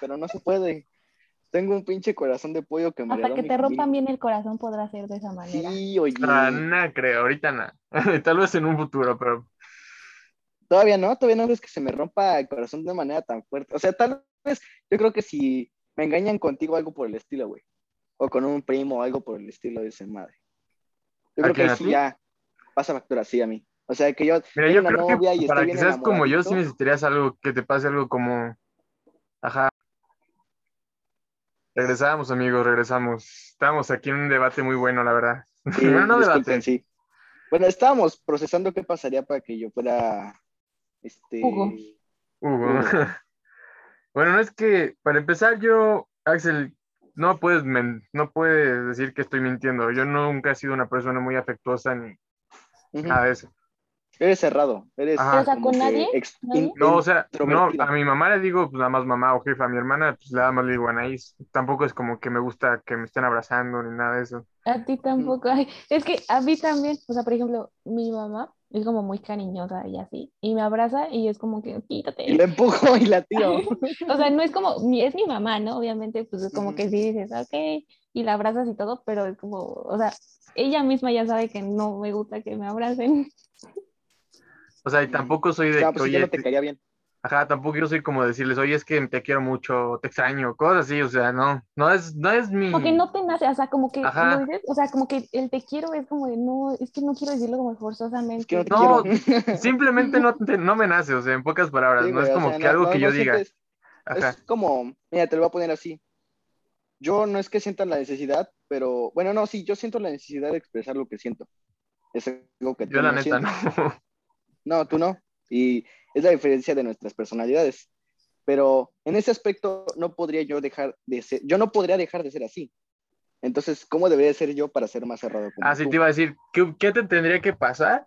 pero no se puede. Tengo un pinche corazón de pollo que me
Hasta
regaló
que
mi
te rompan
familia.
bien el corazón podrá ser de esa manera.
Sí, oye.
Ah, nah, creo, ahorita nada. Tal vez en un futuro, pero
Todavía no, todavía no es que se me rompa el corazón de manera tan fuerte. O sea, tal vez yo creo que si me engañan contigo algo por el estilo, güey. O con un primo o algo por el estilo de ese madre. Yo
¿A
creo que
quién,
ahí
a
sí
ti?
ya pasa factura, sí, a mí. O sea, que yo... eh,
Mira, yo
una
creo
novia
que
y
para
estoy bien
que seas como yo, sí
enamoradito.
necesitarías algo, que te pase algo como. Ajá. Regresamos, amigos, regresamos. Estamos aquí en un debate muy bueno, la verdad.
sí,
Bueno, no
disculpen,
debate.
sí. Bueno, estábamos procesando qué pasaría para que yo fuera... Este...
Hugo.
Hugo.
Hugo.
bueno, no es que, para empezar, yo, Axel, no puedes, men- no puedes decir que estoy mintiendo. Yo nunca he sido una persona muy afectuosa ni
Ujú.
nada de eso.
Eres cerrado. Eres
Ajá. O
sea,
como
¿con
que
nadie?
ex-
¿Nadie?
in-
No, o sea, no,
introvertido.
a mi mamá le digo pues, nada más mamá o jefa, a mi hermana pues nada más le digo Anaís. Tampoco es como que me gusta que me estén abrazando ni nada de eso.
A ti tampoco. Ay, es que a mí también, o sea, por ejemplo, mi mamá es como muy cariñosa y así, y me abraza y es como que
y
quítate.
la empujo y la tiro.
O sea, no es como, ni- es mi mamá, ¿no? Obviamente, pues es como
Ujú.
que sí dices, ok, y la abrazas y todo, pero es como, o sea, ella misma ya sabe que no me gusta que me abracen.
O sea, y tampoco soy de
Ah,
que,
pues sí,
oye,
ya no te
te-
caería bien.
ajá, tampoco yo soy como decirles, oye, es que te quiero mucho, te extraño, cosas así, o sea, no, no es, no es mi...
Porque no te nace, o sea, como que,
Ajá.
lo dices, o sea, como que el te quiero es como de, no, es que no quiero decirlo como forzosamente.
Es que no te
No,
quiero.
Simplemente no, te- no me nace, o sea, en pocas palabras,
Sí,
no es
güey, o
como
sea,
que
no-
algo
no-
que
no
yo diga.
sientes-
Ajá.
Es como, mira, te lo voy a poner así. Yo no es que sienta la necesidad, pero bueno, no, sí, yo siento la necesidad de expresar lo que siento. Es algo que tú
Yo la
no
neta
sientes.
no.
No, tú no. Y es la diferencia de nuestras personalidades. Pero en ese aspecto no podría yo dejar de ser, yo no podría dejar de ser así. Entonces, ¿cómo debería ser yo para ser más cerrado? como
Así
tú?
Ah, te iba a decir, ¿qué, qué te tendría que pasar?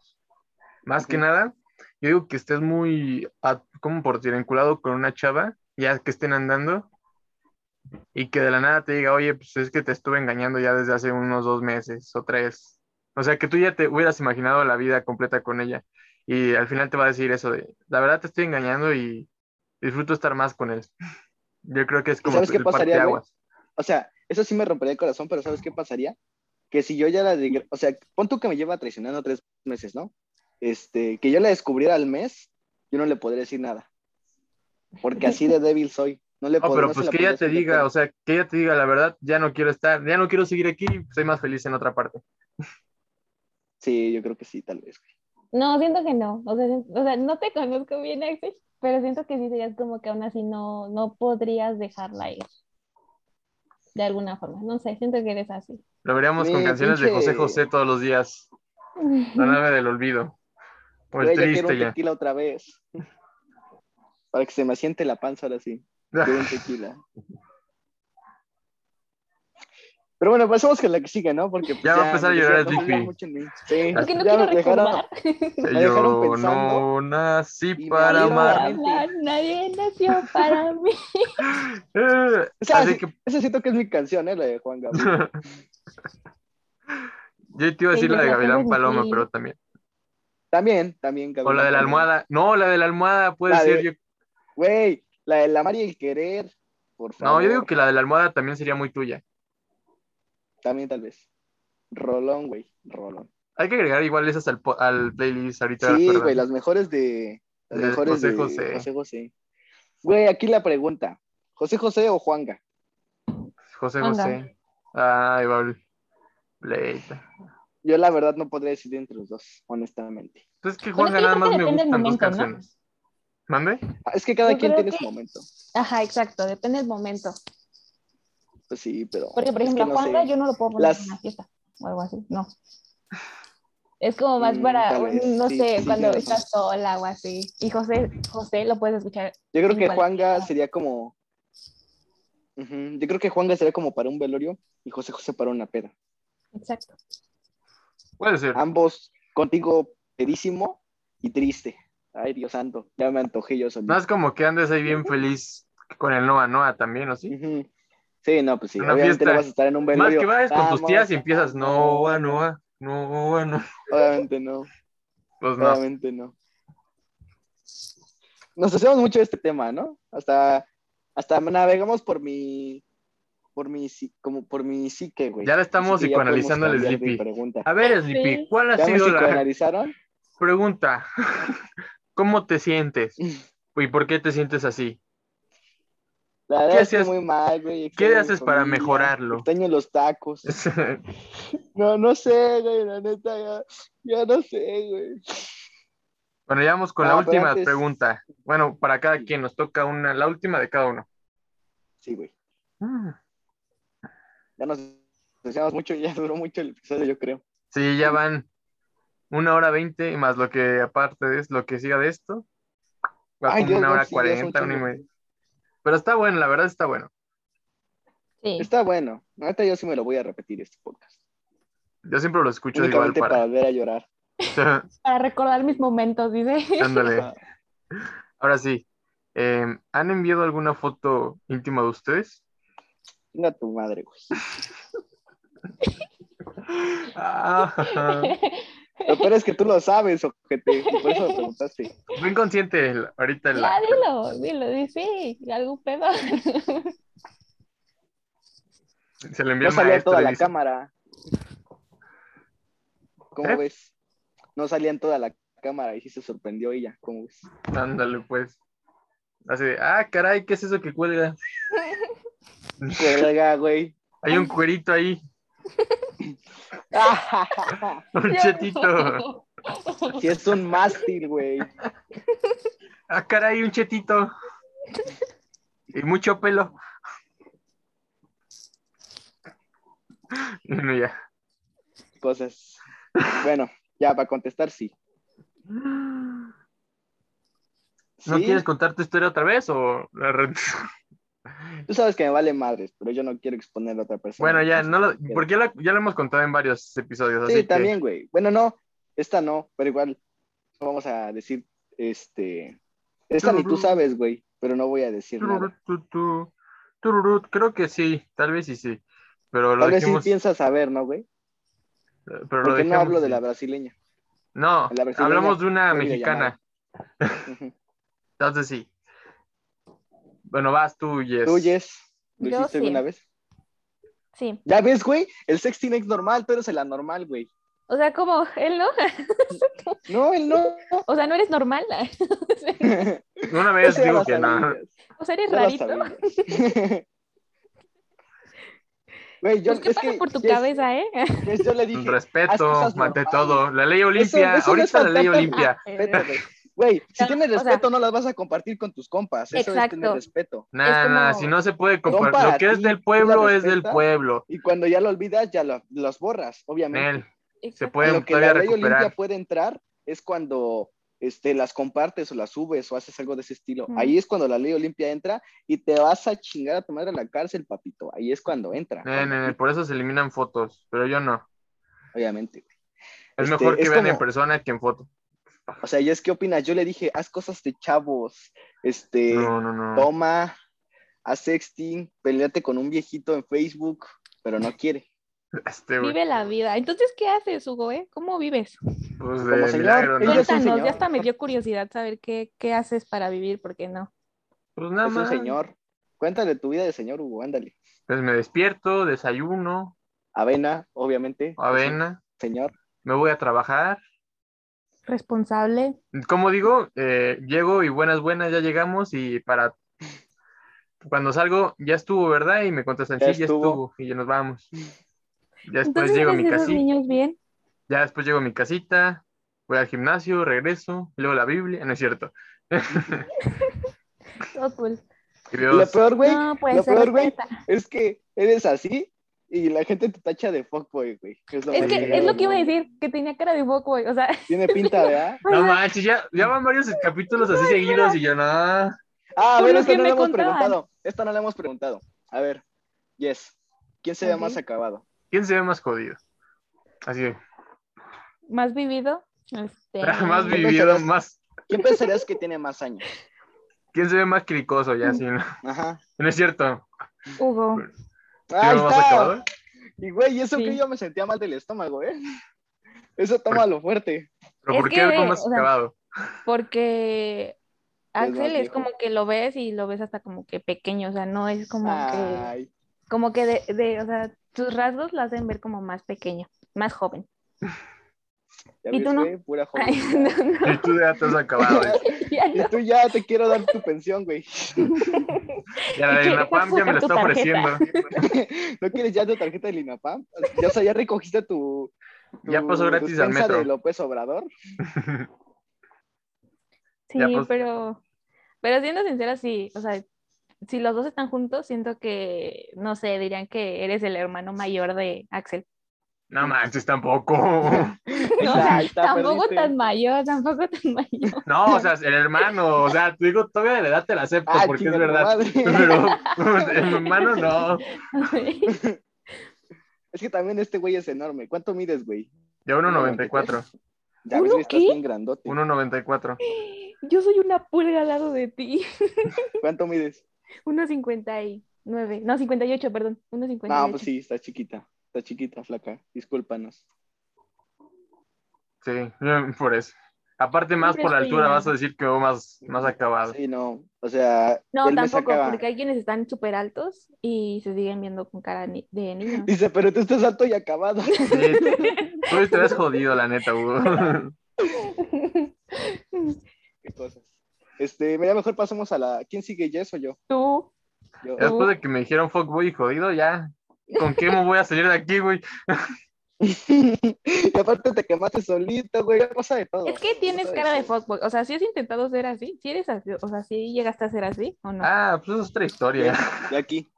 Más que
Ujú.
nada, yo digo que estés muy, a- como por ti, vinculado con una chava, ya que estén andando, y que de la nada te diga, oye, pues es que te estuve engañando ya desde hace unos dos meses o tres. O sea, que tú ya te hubieras imaginado la vida completa con ella. Y al final te va a decir eso de, la verdad te estoy engañando y disfruto estar más con él. Yo creo que es como
sabes qué
el
pasaría, güey?
parteaguas.
O sea, eso sí me rompería el corazón, pero ¿sabes qué pasaría? Que si yo ya la... de- O sea, pon tú que me lleva traicionando tres meses, ¿no? Este, que yo la descubriera al mes, yo no le podría decir nada. Porque así de débil soy. No le
No,
podría-
pero
no se
pues
la
que
podría
ella te
hacer de
diga,
pedo.
o sea, que ella te diga la verdad, ya no quiero estar, ya no quiero seguir aquí, soy más feliz en otra parte.
Sí, yo creo que sí, tal vez. güey.
No, siento que no. O sea, sien- o sea, no te conozco bien, Axel, pero siento que sí serías como que aún así no, no podrías dejarla ir. De alguna forma. No sé, siento que eres así.
Lo veríamos con
Mi
canciones de José
pinche-
José todos los días, la
Ah,
nave del olvido. O
Güey,
el
ya quiero
Pues triste
un
ya.
tequila otra vez. Para que se me asiente la panza ahora sí. Quiero un tequila. Pero bueno, pasemos con la que sigue, ¿no? Porque pues,
Ya va a empezar a
me
llorar
decía,
el
no hablan
Digby.
mucho en mí. Sí,
Porque no
ya
quiero
me dejaron-
recordar.
me dejaron
Yo
pensando
no nací
y me
para
abrieron
amar.
la
Para
mente.
hablar, nadie nació para mí.
Eh,
O sea,
Así
sí,
que
esa siento que es mi canción, ¿eh? La de Juan Gabriel.
yo te iba a decir
Sí,
la de
yo la
Gavilán
tengo en
Paloma,
mi-
pero también.
También, también.
O la de la almohada. No, la de la almohada puede
La
ser.
de-
yo-
Güey, la de la María y el querer. Por favor.
No, yo digo que la de la almohada también sería muy tuya.
También, tal vez. Rolón, güey. Rolón.
Hay que agregar igual esas al, po- al playlist ahorita.
Sí,
¿verdad?
güey, las mejores de. Las
De
mejores
José
de
José.
José José. Güey, aquí la pregunta: ¿José José o Juanga?
José
Juanga.
José. Ay, Pablo. Leita.
Yo, la verdad, no podría decidir entre los dos, honestamente.
Pues es que
Bueno,
Juan
es que yo
nada
creo
más
que
me
depende del
gustan tus
momento, ¿no?
canciones. ¿Mande?
Ah, Es que cada
Yo
quien
creo
tiene
que-
su momento.
Ajá, exacto, depende del momento.
Pues sí, pero.
Porque, por
es que
ejemplo,
no
Juanga
sé.
yo no lo puedo poner
Las-
en una fiesta o algo así, no. Es como más
Mm,
para,
tal vez,
un- no
sí,
sé,
sí,
cuando
tienes razón.
estás sola o así. Y José, José lo puedes escuchar.
Yo creo
en
que
cualquier
Juanga
lado.
sería como. Ujú, Yo creo que Juanga sería como para un velorio y José José para una peda.
Exacto.
Puede
Ah.
ser.
Ambos contigo pedísimo y triste. Ay, Dios santo, ya me antojé yo solito.
No es como que andes ahí bien feliz con el Noa Noa también, ¿o sí?
Ujú. Sí, no, pues sí,
Una
obviamente
fiesta.
no vas a estar en un
Más
velorio.
que vayas con tus
Vamos
tías y
a-
empiezas Noa Noa, Noa Noa.
Obviamente no,
Pues no.
obviamente no. Nos hacemos mucho de este tema, ¿no? Hasta, hasta navegamos por mi, por mi, psi- como por mi psique, güey.
Ya la estamos
Así que ya podemos
psicoanalizando al
cambiar de
Sleepy.
pregunta.
A ver, Sleepy,
Sí.
¿cuál ha
¿Ya me
sido la
psicoanalizaron?
pregunta? ¿Cómo te sientes?
Mm.
¿Y por qué te sientes así?
La verdad
¿Qué
es que
haces-
muy mal, güey.
qué
extraño a mi
haces para
familia,
mejorarlo?
Extraño los tacos. No, no sé, güey, la neta, ya, ya no sé, güey.
Bueno, ya vamos con
No,
la
pero
última
antes-
pregunta. Bueno, para cada quien nos toca una, la última de cada uno.
Sí, güey. Ah.
Mm.
Ya nos deseamos mucho, ya duró mucho el episodio, yo creo.
Sí, ya van una hora veinte y más lo que aparte es lo que siga de esto. Va
Ay,
como
Dios,
una
no,
hora
sí, Ah, ya es un
cuarenta, una y
chingo.
media. Pero está bueno, la verdad está bueno.
Sí.
Está bueno. Ahorita yo sí me lo voy a repetir este podcast.
Yo siempre lo escucho de igual
Únicamente para...
para.
volver a llorar.
Para recordar mis momentos, dice.
Ándale.
Ajá.
Ahora sí. eh, ¿Han enviado alguna foto íntima de ustedes?
Venga tu madre, güey.
Ah,
Lo peor es que tú lo sabes, ojete. y Por eso me preguntaste.
bien consciente el- ahorita el-
Ya, dilo, dilo, dice, algún pedo.
se le
No
envió al
salía
maestro.
toda
y
la
dice,
cámara. ¿Cómo
¿Eh?
ves? No salía en toda la cámara y sí se sorprendió ella. ¿Cómo ves?
Ándale, pues. Así de, ah, caray, ¿qué es eso que cuelga?
Cuelga, güey.
Hay un cuerito ahí, un chetito.
Si es un mástil, güey.
Ah, caray, un chetito. Y mucho pelo. Bueno, ya.
Cosas. Bueno, ya para contestar, sí.
¿No
Sí,
quieres contar tu historia otra vez o la re-
Tú sabes que me vale madres, pero yo no quiero exponer a otra persona.
Bueno, ya, no lo- porque ya la, ya la hemos contado en varios episodios.
Sí,
así que-
también, güey. Bueno, no, esta no, pero igual no vamos a decir, este, esta ni tú sabes, güey, pero no voy a decir
Tururut,
nada.
tu, tu, tururut. creo que sí, tal vez sí, sí. Pero lo
Tal vez sí
dejemos. eh,
piensas saber, ¿no, güey?
pero lo
Porque no
dejemos
hablo de
así.
la brasileña.
No,
la brasileña
hablamos de una
fue
mexicana.
Ujú.
Entonces sí. Bueno, vas tú, Jess.
Tú, Jess, ¿lo
Yo
hiciste
sí.
alguna vez?
Sí.
Ya ves, güey, el sexting es normal, tú eres el anormal, güey.
O sea, como él no.
No, él no.
O sea, no eres normal.
Una vez
Ese
Pues digo
las
que no.
habilidades,
O sea, eres
ese las
rarito.
habilidades. Güey, yo
Pues, ¿Qué
es
pasa
que
por tu
Jess-
cabeza, eh?
Jess, yo le dije, haz
Respeto,
cosas
mate
normales.
todo. La ley Olimpia,
eso no es
ahorita la ley
fantasma.
Olimpia.
respeto, güey. Güey, si
Eh, Ya,
tienes
o sea-
respeto, no las vas a compartir con tus compas. Eso es
Exacto.
tener respeto.
Nada,
como-
si no se puede
Compa,
comparar. Lo que es
sí,
del
tú la
pueblo es del
respetas.
pueblo.
Y cuando ya lo olvidas, ya lo- los borras, obviamente.
Nel, se
Exacto.
En
Eh, pueden
lo que la
todavía
ley Olimpia
recuperar.
puede entrar es cuando este, las compartes o las subes o haces algo de ese estilo.
Ujú.
Ahí es cuando la ley Olimpia entra y te vas a chingar a tu madre a la cárcel, papito. Ahí es cuando entra,
Nel, nel, nel, por eso se eliminan fotos, pero yo no.
obviamente.
Es
Este,
mejor que
es
vean en
como-
persona que en foto.
O sea, ¿y es qué opinas? Yo le dije, haz cosas de chavos, este,
No, no, no.
toma, haz sexting, peleate con un viejito en Facebook, pero no quiere.
Este, güey,
Vive la vida. Entonces, ¿qué haces, Hugo? eh? ¿Cómo vives?
pues
Como
de
señor,
milagro, ¿no?
ella es un
Cuéntanos,
señor.
ya hasta me dio curiosidad saber qué, qué haces para vivir, porque no.
Pues nada
es un
más.
señor. Cuéntale tu vida de señor Hugo, ándale.
Pues me despierto, desayuno,
Avena, obviamente.
Ah, avena,
Señor.
me voy a trabajar.
Responsable.
Como digo, Eh, llego y buenas, buenas, ya llegamos y para... Cuando salgo, ya estuvo, ¿verdad? Y me contestan,
Ya
sí, ya
estuvo".
estuvo. Y ya nos vamos. Ya después
Entonces,
llego a mi
¿ves esos
casita.
niños bien?
Ya después llego a mi casita, voy al gimnasio, regreso, leo la Biblia, no es cierto.
Todo cool.
Y
Y
veo-
lo peor, güey,
pues, no, pues,
lo
se
peor, güey,
respeta.
es que eres así y la gente te tacha de fuckboy, güey. Es lo,
Es
más
Sí.
que
cagado
es lo
del
que iba a
mundo.
decir, que tenía cara de boco, güey. O sea,
Tiene pinta, ¿ah? ¿verdad?
No manches, ya, ya van varios capítulos así seguidos y yo nada.
Ah, a
Por
ver,
lo
esto
que
no
me
le hemos
contaban.
preguntado. Esto no le hemos preguntado. A ver, Yes. ¿Quién se ve
Ok.
más acabado?
¿Quién se ve más jodido? Así,
más vivido. Este,
más
vi-
vivido, más.
¿Quién pensarías que tiene más años?
¿Quién se ve más cricoso ya? Así, ¿no?
Ajá.
No es cierto.
Hugo.
Ahí
¿Quién va más
está.
acabado?
Y güey, eso
Sí.
que yo me sentía mal del estómago, ¿eh? Eso tómalo fuerte.
¿Pero
Es
por
que,
qué algo
ve,
más
o sea,
acabado?
Porque
más
Axel es
viejo.
como que lo ves y lo ves hasta como que pequeño, o sea, no es como que,
Ay.
como que de, de, o sea, sus rasgos lo hacen ver como más pequeño, más joven.
Ya
¿Y
ves,
tú no?
güey, pura
Ay,
joven.
no, no,
Y tú ya te has acabado. güey.
ya
Y
no.
tú ya te quiero dar tu pensión, güey.
Ya la de
¿Quieres
la PAM ya me la
tu
está
tarjeta?
ofreciendo.
¿No quieres ya tu tarjeta del INAPAM? Ya, o sea, ya recogiste tu. tu
Ya pasó gratis al
despensa
metro.
de López Obrador?
Sí,
Ya, pues.
pero, pero siendo sincera, sí, o sea, si los dos están juntos, siento que, no sé, dirían que eres el hermano mayor de Axel.
No manches, tampoco.
Ahí
No,
está, ahí está,
tampoco
perdiste.
tan mayor, tampoco tan mayor.
No, o sea, el hermano. O sea, te digo, todavía la edad te la acepto
Ah,
porque es
chinga tu
verdad.
madre.
Pero el hermano no.
¿eh?
Es que también este güey es enorme. ¿Cuánto mides, güey?
Ya
pues,
1.94.
este, Ya ves,
¿Uno
güey, estás
qué?
bien grandote.
1.94.
Yo soy una pulga al lado de ti.
¿Cuánto mides?
1.59, no, 58, perdón, 1.58.
No, pues sí, está chiquita. Está chiquita, flaca. Discúlpanos.
Sí, por eso. Aparte, más
Siempre
por la
estoy
altura,
mal.
vas a decir que veo más, más acabado.
Sí, no. O sea,
No,
él me
tampoco,
sacaba.
porque hay quienes están súper altos y se siguen viendo con cara ni- de niño.
Dice, pero tú estás alto y acabado.
Sí, tú te ves jodido, la neta, Hugo.
Qué cosas. Este, mira, mejor pasamos a la. ¿Quién sigue, Jess o yo?
Tú,
Yo.
Ya Después de que me dijeron fuckboy y jodido, ya. ¿Con qué me voy a salir de aquí, güey?
y aparte te quemaste solito, güey. Cosa de todo.
es que tienes
Cosa
cara de
todo.
fuckboy, o sea, si has intentado ser así, si eres así, o sea,
Ah,
si llegaste a ser así o no.
Ah, pues es otra historia.
De aquí.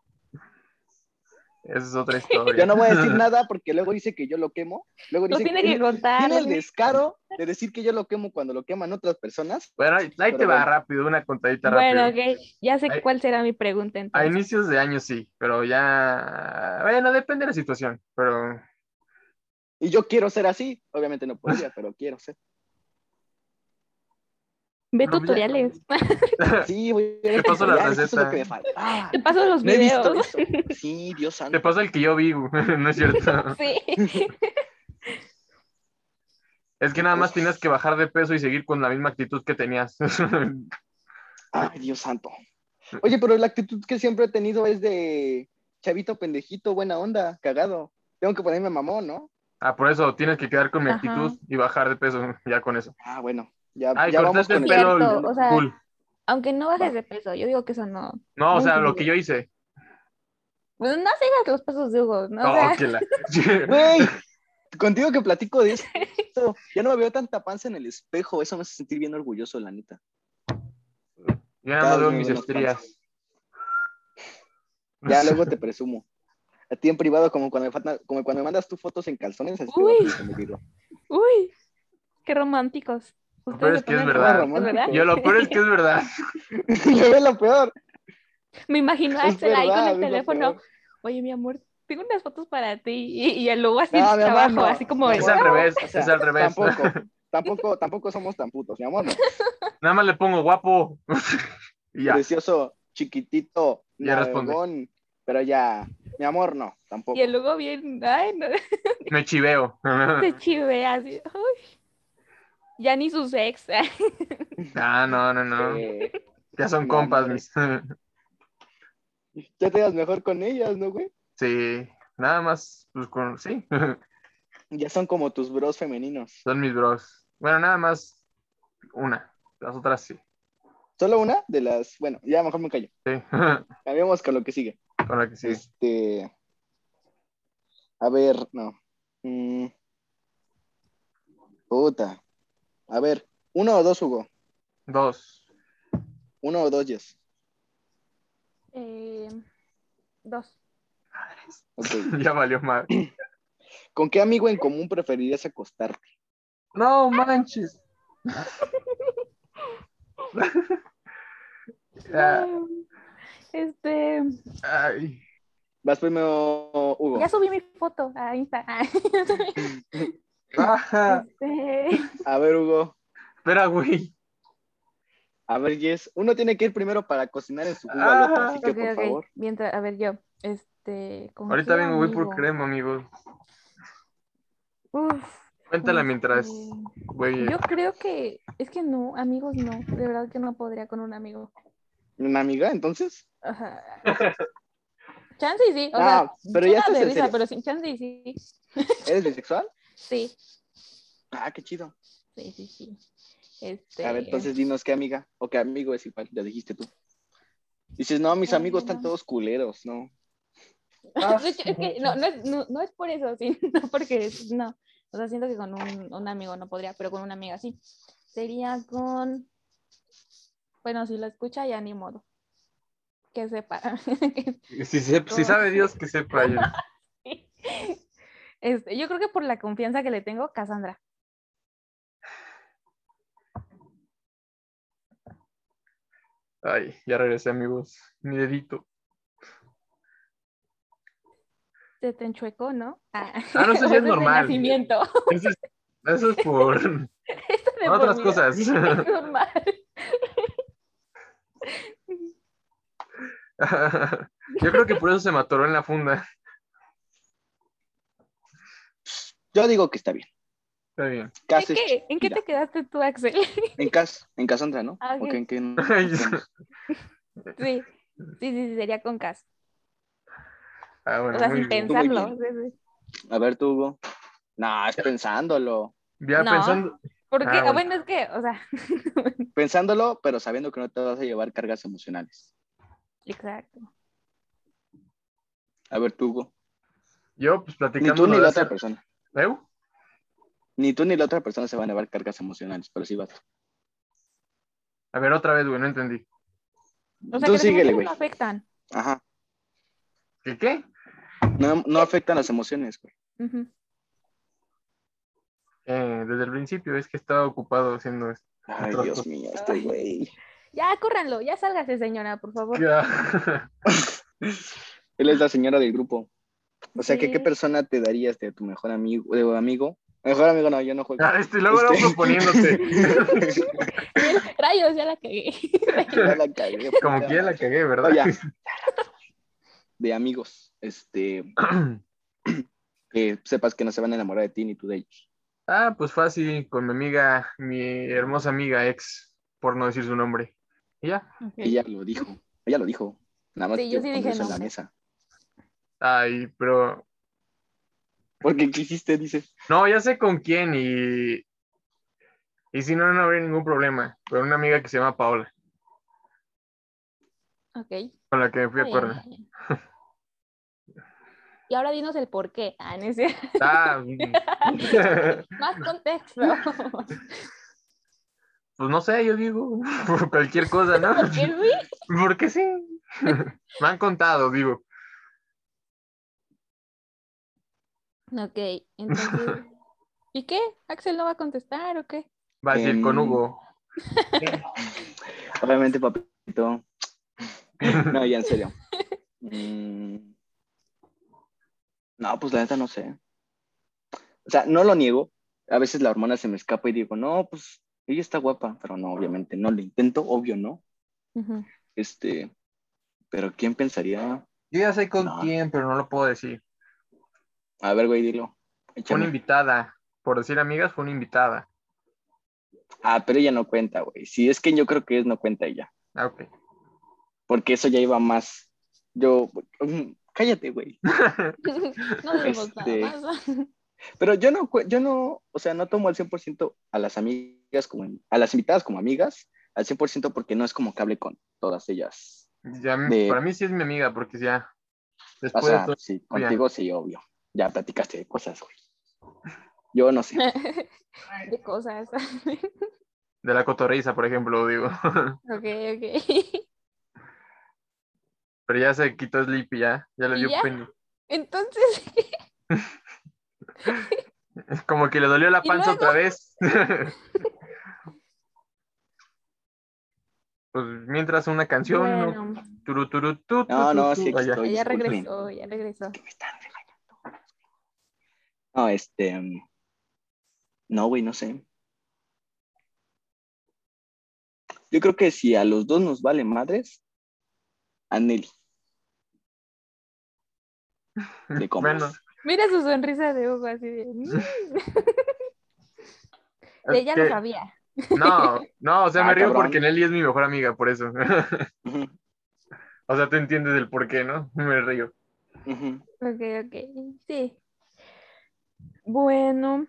Esa es otra historia.
Yo no voy a decir nada porque luego dice que yo lo quemo. Luego
Lo
dice
tiene
que
que contar.
tiene el descaro de decir que yo lo quemo cuando lo queman otras personas.
Bueno, ahí ahí te
Pero
va
bueno.
rápido, una contadita
Bueno,
rápida.
ok, ya sé
Ay.
cuál será mi pregunta
A
entonces.
inicios de año sí, pero ya. Bueno, depende de la situación, pero.
Y yo quiero ser así. Obviamente no podría, pero quiero ser.
Ve
Pero ya-
tutoriales.
Sí, voy a
Te paso la
Eso es lo
receta.
que me faltaba.
Te paso los
No he visto
videos.
eso. Sí, Dios santo.
Te pasa el que yo vi, güey, ¿no es cierto?
Sí.
Es que nada más tienes que bajar de peso y seguir con la misma actitud que tenías.
Ay, Dios santo. Oye, pero la actitud que siempre he tenido es de chavito pendejito, buena onda, cagado. Tengo que ponerme mamón, ¿no?
ah, por eso tienes que quedar con mi
Ajá.
actitud y bajar de peso, ya con eso.
Ah, bueno. Ya,
Ay,
ya vamos
cortaste
con
el
el
pelo.
Cierto, o sea-
cool.
Aunque no bajes de peso, yo digo que eso no.
No, o
muy
sea, lo
bien.
que yo hice.
No sigas los pesos de Hugo, ¿no? O
No,
sea,
que Oh, la-
Güey, contigo que platico de esto. Ya no me veo tanta panza en el espejo. Eso me hace sentir bien orgulloso, la neta.
Yo nada más
Cada
veo
vez me
mis
veo menos
estrías.
Ya luego te presumo. A ti en privado, como cuando me, falta- como cuando me mandas tus fotos en calzones. así te voy a
Uy.
presumir.
Uy, qué románticos. Ustedes
peor
se
es que es
ponen
verdad.
románticos, ¿verdad?
Yo lo peor es que es verdad.
Yo veo lo peor.
Me imagino a
Es
Axel ahí con
verdad,
el
es lo
teléfono.
peor.
Oye, mi amor, tengo unas fotos para ti. Y, y el Hugo así
No, Ah, mi amor,
trabajo,
no.
así como de,
Es al revés,
O sea,
es al revés.
Tampoco, tampoco, tampoco somos tan putos, mi amor. no.
Nada más le pongo guapo. y ya.
Precioso, chiquitito,
Ya responde.
nalgón, Pero ya, mi amor, no, tampoco.
Y el Hugo bien, ay, no,
Me chiveo.
se chivea así. ay. Ya ni sus ex.
Ah, no, no, no.
Eh,
Ya son
No,
compas,
hombre.
mis.
ya te das mejor con ellas, ¿no, güey?
Sí, nada más, pues con, sí,
Ya son como tus bros femeninos.
son mis bros. Bueno, nada más una, las otras sí.
¿Solo una de las? Bueno, ya mejor me callo.
Sí,
Cambiamos con lo que sigue.
con la que sí.
Este. A ver, no. Mm. Puta. A ver, uno o dos, Hugo.
Dos.
Uno o dos, Jess.
Eh, dos.
Ok.
Ya valió mal.
¿Con qué amigo en común preferirías acostarte?
No manches. Ah,
Este,
ay.
Vas primero, Hugo.
ya subí mi foto a Insta.
Ah,
Este,
A ver, Hugo.
espera, güey.
A ver, Jess. Uno tiene que ir primero para cocinar en su jugo
Ah,
al otro, así que
ok,
por
ok.
favor.
Mientras, a ver, yo. Este, ¿con
Ahorita
qué
vengo, voy por
amigo?
crema, amigo.
Uf,
Cuéntala mientras, eh.
este,
güey.
Yo creo que, es que no, amigos no, de verdad que no podría con un amigo.
¿Una amiga, entonces?
Ajá. Chance y sí, o sea,
Ah, pero ya
chance
estás
de
en
risa,
serio.
pero sin chance y sí.
¿Eres bisexual?
Sí,
Ah, qué chido.
sí, sí, sí. Este,
A ver, entonces dinos qué amiga o qué amigo es igual, ya dijiste tú. Dices, no, mis amigos están todos culeros, ¿no? ah.
de hecho, es que no, no, es, no, no es por eso, sí, no porque es- no. O sea, siento que con un, un amigo no podría, pero con una amiga sí. Sería con, bueno, si lo escucha ya ni modo. Que sepa.
Si, se- si sabe Dios que sepa yo.
Este, yo creo que por la confianza que le tengo, Cassandra.
Ay, ya regresé, amigos. Mi dedito.
Se te enchuecó, ¿no? Ah,
Ah, no, eso ya
desde
es
el
normal.
nacimiento.
Eso es, eso es por, por
Esto de por
otras
vida.
cosas.
Es normal.
Yo creo que por eso se me atoró en la funda.
Yo digo que está bien.
Está bien.
Cas
¿En
es
qué, en qué
chida.
te quedaste tú, Axel?
En Cas, en Casandra, ¿no?
Ah, ok.
Ok, ¿en qué no?
Ay,
Sí, sí, sí, sí, sería con Cas.
Ah, bueno,
O sea,
muy
sin
bien.
pensarlo.
Muy
Sí, sí.
A ver, tú, Hugo. No, es pensándolo.
Ya
No.
pensando,
Porque,
Ah,
ah,
bueno.
bueno, es que, o sea,
Pensándolo, pero sabiendo que no te vas a llevar cargas emocionales.
exacto.
A ver, tú, Hugo.
yo pues
Ni
platicando.
tú ni
lo de
la otra
hace-
persona.
¿Eh?
Ni tú ni la otra persona se van a llevar cargas emocionales, pero sí vas.
A ver, otra vez, güey, no entendí.
O sea,
tú
que los
síguele,
emociones
güey.
no afectan.
Ajá.
¿Qué qué?
No, no afectan las emociones, güey.
Ujú.
Eh, desde el principio es que estaba ocupado haciendo esto.
Ay, Dios mío, este güey.
Ya, córranlo, ya sálgase, señora, por favor.
Ya.
Él es la señora del grupo. O sea, que
Sí.
¿qué persona te darías de tu mejor amigo? De amigo? Mejor amigo, no, yo no juego.
Ah, este, luego luego
Este.
proponiéndote.
Rayos, ya la cagué.
Ya la cagué,
Como
puta
que ya la
madre.
cagué, ¿verdad?
No, ya. De amigos. Este, que sepas que no se van a enamorar de ti ni tú de ellos.
Ah, pues fácil, con mi amiga, mi hermosa amiga ex, por no decir su nombre. Y ya.
Ella lo dijo. Ella lo dijo. Nada más
Sí, yo sí
pondré
dije
eso en la
nombre.
mesa.
Ay, pero.
Porque ¿qué hiciste? Dices.
No, ya sé con quién y. Y si no, no habría ningún problema. Con una amiga que se llama Paola,
Ok. Está
con la que me fui a
bien,
cuerda.
está bien. Y ahora dinos el por qué. Ah, no es cierto.
Ah, mm.
Más contexto.
pues no sé, yo digo, por cualquier cosa, ¿no?
¿Por qué, Luis?
Porque sí. Me han contado, digo.
Ok, entonces. ¿Y qué? ¿Axel no va a contestar o qué?
Va a decir con
Em.
Hugo.
Obviamente, papito. No, ya en serio. Mm. No, pues la neta no sé. O sea, no lo niego. A veces la hormona se me escapa y digo, no, pues ella está guapa, pero no, obviamente no lo intento, obvio, ¿no?
Ujú.
Este, pero ¿quién pensaría?
Yo ya sé con
No.
quién, pero no lo puedo decir.
A ver, güey, dilo.
Fue una
Échame.
invitada. Por decir amigas, fue una invitada.
Ah, pero ella no cuenta, güey. Si es que yo creo que es, no cuenta ella.
Ah, ok.
Porque eso ya iba más. Yo, mm, cállate, güey.
No diremos
Este,
nada más.
Pero yo no, cu- yo no, o sea, no tomo al 100% a las amigas como, a las invitadas como amigas, al 100% porque no es como que hable con todas ellas.
Ya,
De-
Para mí sí es mi amiga, porque ya.
O
Después de
sea,
todo-
sí, contigo sí, obvio. Ya platicaste de cosas, güey. Yo no sé.
De cosas.
de la cotorriza, por ejemplo, digo.
Ok, ok.
Pero ya se quitó Sleepy, ya. Ya le
¿Y
dio
ya?
pena.
Entonces,
Es Como que le dolió la
¿Y
panza
luego?
otra vez. pues mientras una canción. ¿no?
bueno,
Turu, turu, tu, tu,
No, no,
tu, tu.
sí
Vaya.
estoy.
ya
disculpen.
regresó, ya regresó.
que me están regañando. No, este. mm, No, güey, no sé. Yo creo que si a los dos nos vale madres, a Nelly. De combos.
Bueno,
Mira su sonrisa de Hugo así de. "Mm". De
es
ella
que-
lo sabía.
No, no, o sea, me
Ah,
río
cabrón.
porque Nelly es mi mejor amiga, por eso.
Ujú,
o sea, tú entiendes el por qué, ¿no? Me río.
ujú.
Ok, ok. Sí. Bueno.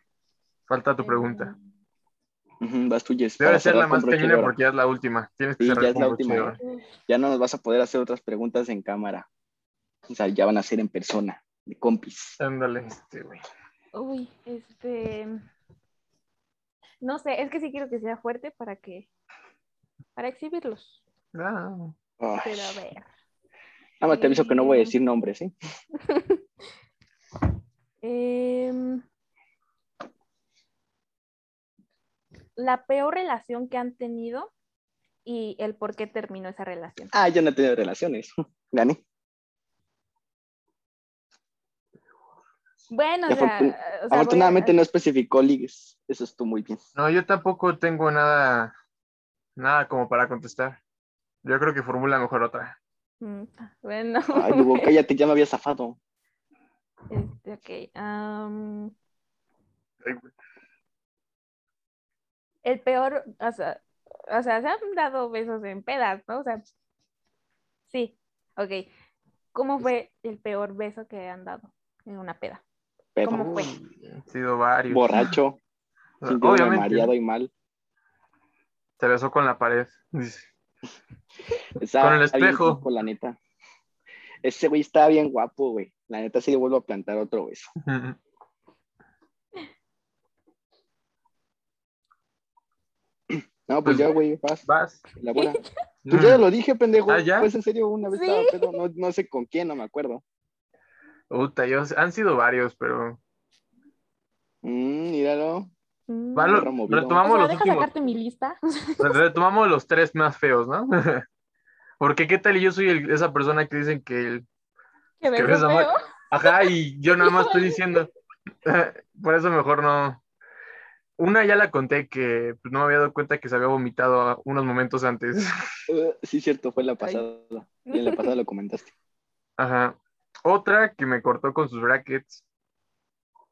Falta tu pregunta.
Ujú, Vas tú, Jess, para
Debe ser la
cerrar con
más
broche de
pequeña
oro.
porque ya es la última. Tienes que
Sí,
cerrar
ya es
con
la
broche de
última.
oro.
eh,
Ya no nos vas a poder hacer otras preguntas en cámara. O sea, ya van a ser en persona, de compis.
Ándale, este, güey.
Uy, este. No sé, es que sí quiero que sea fuerte para que. Para exhibirlos.
Ah.
Ay,
Pero a ver.
Nada más te aviso que no voy a decir nombres, ¿eh?
Em, la peor relación que han tenido y el por qué terminó esa relación.
Ah, yo no he tenido relaciones. Gané.
Bueno, o
Ya fue-
sea, o sea, voy a-
Afortunadamente no especificó ligues. Eso estuvo muy bien.
No, yo tampoco tengo nada, nada como para contestar. Yo creo que formula mejor otra.
Mm, Bueno,
Ay, Hugo, cállate, ya me había zafado.
este, ok, am,
Ay, güey.
el peor, o sea, o sea, se han dado besos en pedas, ¿no? O sea, sí, ok. ¿Cómo fue el peor beso que han dado en una peda?
Pero
¿Cómo fue?
Han sido varios.
borracho,
O sea,
sintiéndome mareado
Ah, Obviamente,
y mal.
se besó con la pared. Dice,
Estaba
Con el
bien
espejo.
guapo, la neta. Ese güey estaba bien guapo, güey. La neta sí le vuelvo a plantar otro beso. No, pues
Pues-
ya, güey, vas,
Vas.
la bola. Pues ya lo dije, pendejo.
Ah, ¿ya?
Pues en serio, una vez
Sí.
estaba pedo, no, no sé con quién, no me acuerdo.
Mm, Puta, yo, han sido varios, pero
Mm, míralo.
Mm.
Valo-
Otro movido.
retomamos
O sea,
los
deja
últimos.
sacarte mi lista.
Retomamos los tres más feos, ¿no? Porque qué tal y yo soy el- esa persona que dicen que el-
Que me
Que ves a
feo.
Mar- Ajá, y yo nada más estoy diciendo. Por eso mejor no. Una ya la conté que pues, no me había dado cuenta que se había vomitado unos momentos antes.
Eh, sí, cierto, fue la pasada. Y en la pasada lo comentaste.
Ajá. Otra que me cortó con sus brackets.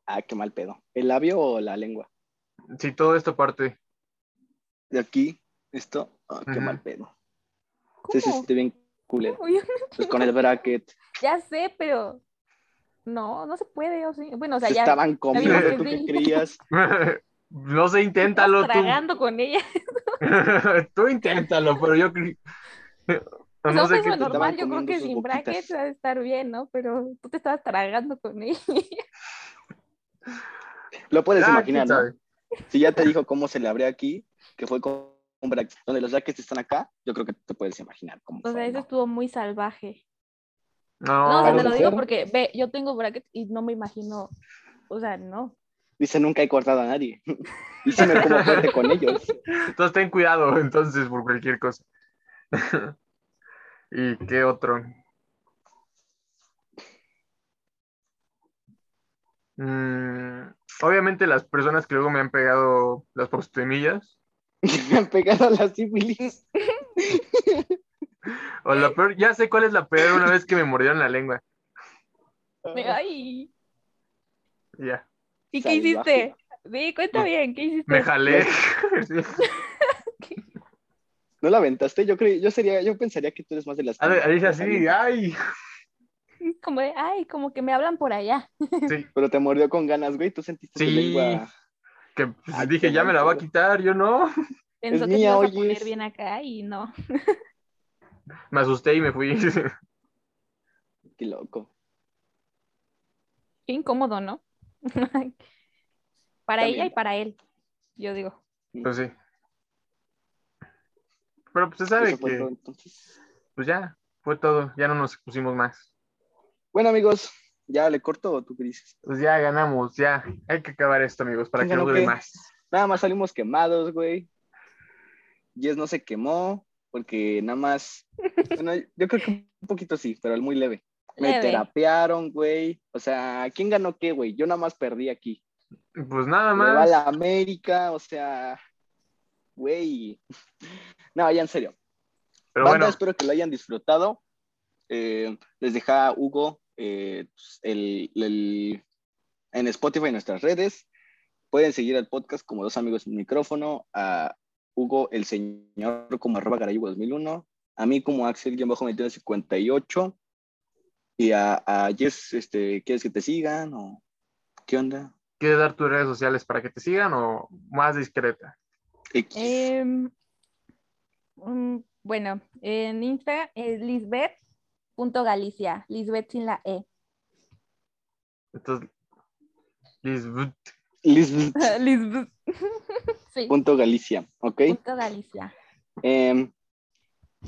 Ah, qué mal pedo. ¿El labio o la lengua?
Sí, todo esto parte.
De aquí, esto. Ah, qué
Ujú.
mal pedo. Sí, sí,
¿Cómo?
estoy bien culero.
¿Cómo? Yo
Pues con el bracket.
Ya sé, pero no, no se puede. o sí. Bueno, o sea,
se
ya
estaban comiendo,
vimos
¿tú
que
qué
sí.
creías?
No sé,
estás
inténtalo tú.
tragando con ella.
tú inténtalo, pero yo. cre-
O
No,
sea,
sé
un
te
beso
qué.
estaban
normal, yo creo
comiendo
que
sus
sin
boquitas.
brackets va a estar bien, ¿no? Pero tú te estabas tragando con ella.
Lo puedes
Ah, quién
imaginar, ¿no?
sabe.
Si ya te dijo cómo se le abrió aquí, que fue con un bracket, donde los brackets están acá, yo creo que te puedes imaginar cómo
O sea,
fue,
eso
¿no?
estuvo muy salvaje.
No,
No, o sea, te lo
¿puede
digo
ser?
porque, ve, yo tengo brackets y no me imagino, o sea, no.
Dice, nunca he cortado a nadie. Y si me como fuerte con ellos.
Entonces ten cuidado, entonces, por cualquier cosa. ¿Y qué otro? Mm, obviamente las personas que luego me han pegado las postemillas.
Me han pegado la sífilis.
O
Eh.
la peor, ya sé cuál es la peor una vez que me mordieron la lengua.
Me- Ay,
Ya.
¿y qué
Salvaje.
hiciste? Sí, cuenta bien, ¿qué hiciste?
Me jalé. Sí.
¿No la aventaste? Yo creo, yo sería, yo pensaría que tú eres más de las.
A ver, dice así,
Alguien,
ay.
Como de, ay, como que me hablan por allá.
Sí,
Pero te mordió con ganas, güey. Tú sentiste tu
Sí.
lengua.
que pues,
Ay,
dije,
qué
ya me la va a
bonito.
quitar, yo no.
Pensó
Es
que te
mía,
ibas a
oye,
poner
es-
bien acá y no.
Me asusté y me fui.
Qué loco.
Qué incómodo, ¿no? para
Está
ella
bien.
y para él, yo digo.
Pues sí. Pero pues se sabe
Eso fue
que.
todo, entonces.
pues ya, fue todo, ya no nos pusimos más.
Bueno, amigos, ¿ya le corto o tú qué dices?
Pues ya ganamos, ya. Hay que acabar esto, amigos, para que
Venga,
no
¿no
dure
qué?
más.
Nada más salimos quemados, güey. Jess no se quemó, porque nada más. Bueno, yo creo que un poquito sí, pero muy leve. Me
Leve.
terapearon, güey. O sea, ¿quién ganó qué, güey? Yo nada más perdí aquí.
Pues nada
Le va
más.
la América, o sea, güey. No, ya en serio.
Pero
Banda,
bueno,
espero que lo hayan disfrutado. Eh, les deja Hugo eh, el, el- en Spotify en nuestras redes. Pueden seguir al podcast como dos amigos en micrófono, a Hugo el señor como arroba garayigo 2001, a mí como Axel guión bajo 2158 y a, a Jess, este, ¿quieres que te sigan o qué onda?
¿quieres dar tus redes sociales para que te sigan o más discreta?
X.
Eh,
Em, mm, bueno, en Insta es lisbeth.galicia, lisbeth sin la E.
Entonces, Lisbeth,
Lisbeth.
Lisbeth. sí,
Punto Galicia, ¿ok?
punto Galicia.
Em,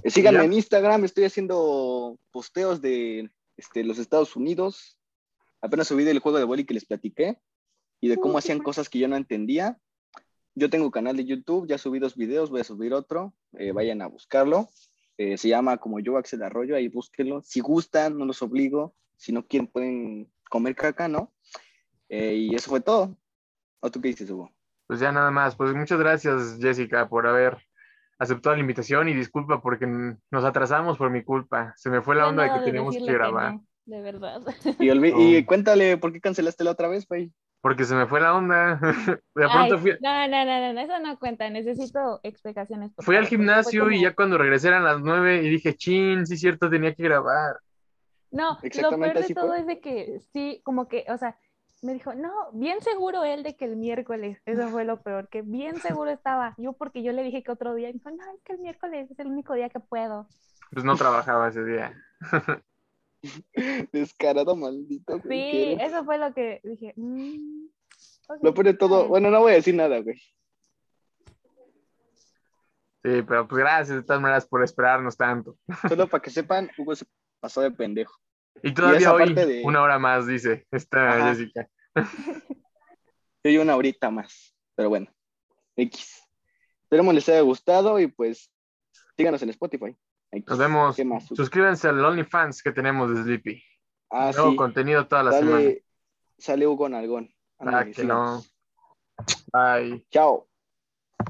síganme
Ya.
en Instagram, estoy haciendo posteos de este, los Estados Unidos. Apenas subí del juego de boli que les platiqué y de cómo
Uh,
hacían
súper.
cosas que yo no entendía. Yo tengo canal de YouTube, ya subí dos videos, voy a subir otro, eh, vayan a buscarlo. Eh, se llama como yo, Axel Arroyo, ahí búsquenlo. Si gustan, no los obligo. Si no quieren, pueden comer caca, ¿no? Eh, y eso fue todo. ¿O tú qué dices, Hugo?
pues ya nada más. Pues muchas gracias, Jessica, por haber aceptado la invitación y disculpa porque n- nos atrasamos por mi culpa. Se me fue la
No hay
onda de que
nada
teníamos que
decirle
grabar.
no, de verdad.
Y, olvi-
Oh.
y cuéntale, ¿por qué cancelaste la otra vez, güey?
Porque se me fue la onda. De
Ay,
pronto fui,
no, no, no, no, no, eso no cuenta, necesito explicaciones. por
Fui al
favor, porque fue
gimnasio y
como-
ya cuando regresé eran las nueve y dije, chin, sí cierto, tenía que grabar.
No, lo
Exactamente
peor de
así fue.
todo es de que sí, como que, o sea, me dijo, no, bien seguro él de que el miércoles, eso fue lo peor, que bien seguro estaba. Yo porque yo le dije que otro día, y me dijo, no, es que el miércoles es el único día que puedo.
Pues no trabajaba ese día.
Descarado, maldito. güey, que
Sí,
eres.
eso fue lo que dije. "Mm, ok,
Lo pone
está
todo.
bien".
Bueno, no voy a decir nada, güey.
Sí, pero pues gracias de todas maneras por esperarnos tanto.
Solo para que sepan, Hugo se pasó de pendejo.
Y todavía
esa
hoy,
parte de-
una hora más, dice esta
Ajá.
Jessica.
Yo llevo una horita más, pero bueno, X. Esperemos les haya gustado y pues síganos en Spotify. X.
Nos vemos.
¿Qué más?
Suscríbanse al OnlyFans que tenemos de Sleepy.
Ah,
Nuevo
sí,
contenido toda la semana.
sale, sale Hugo Nalgón.
Ah,
Ándale,
que
síganos.
no. Bye.
Chao.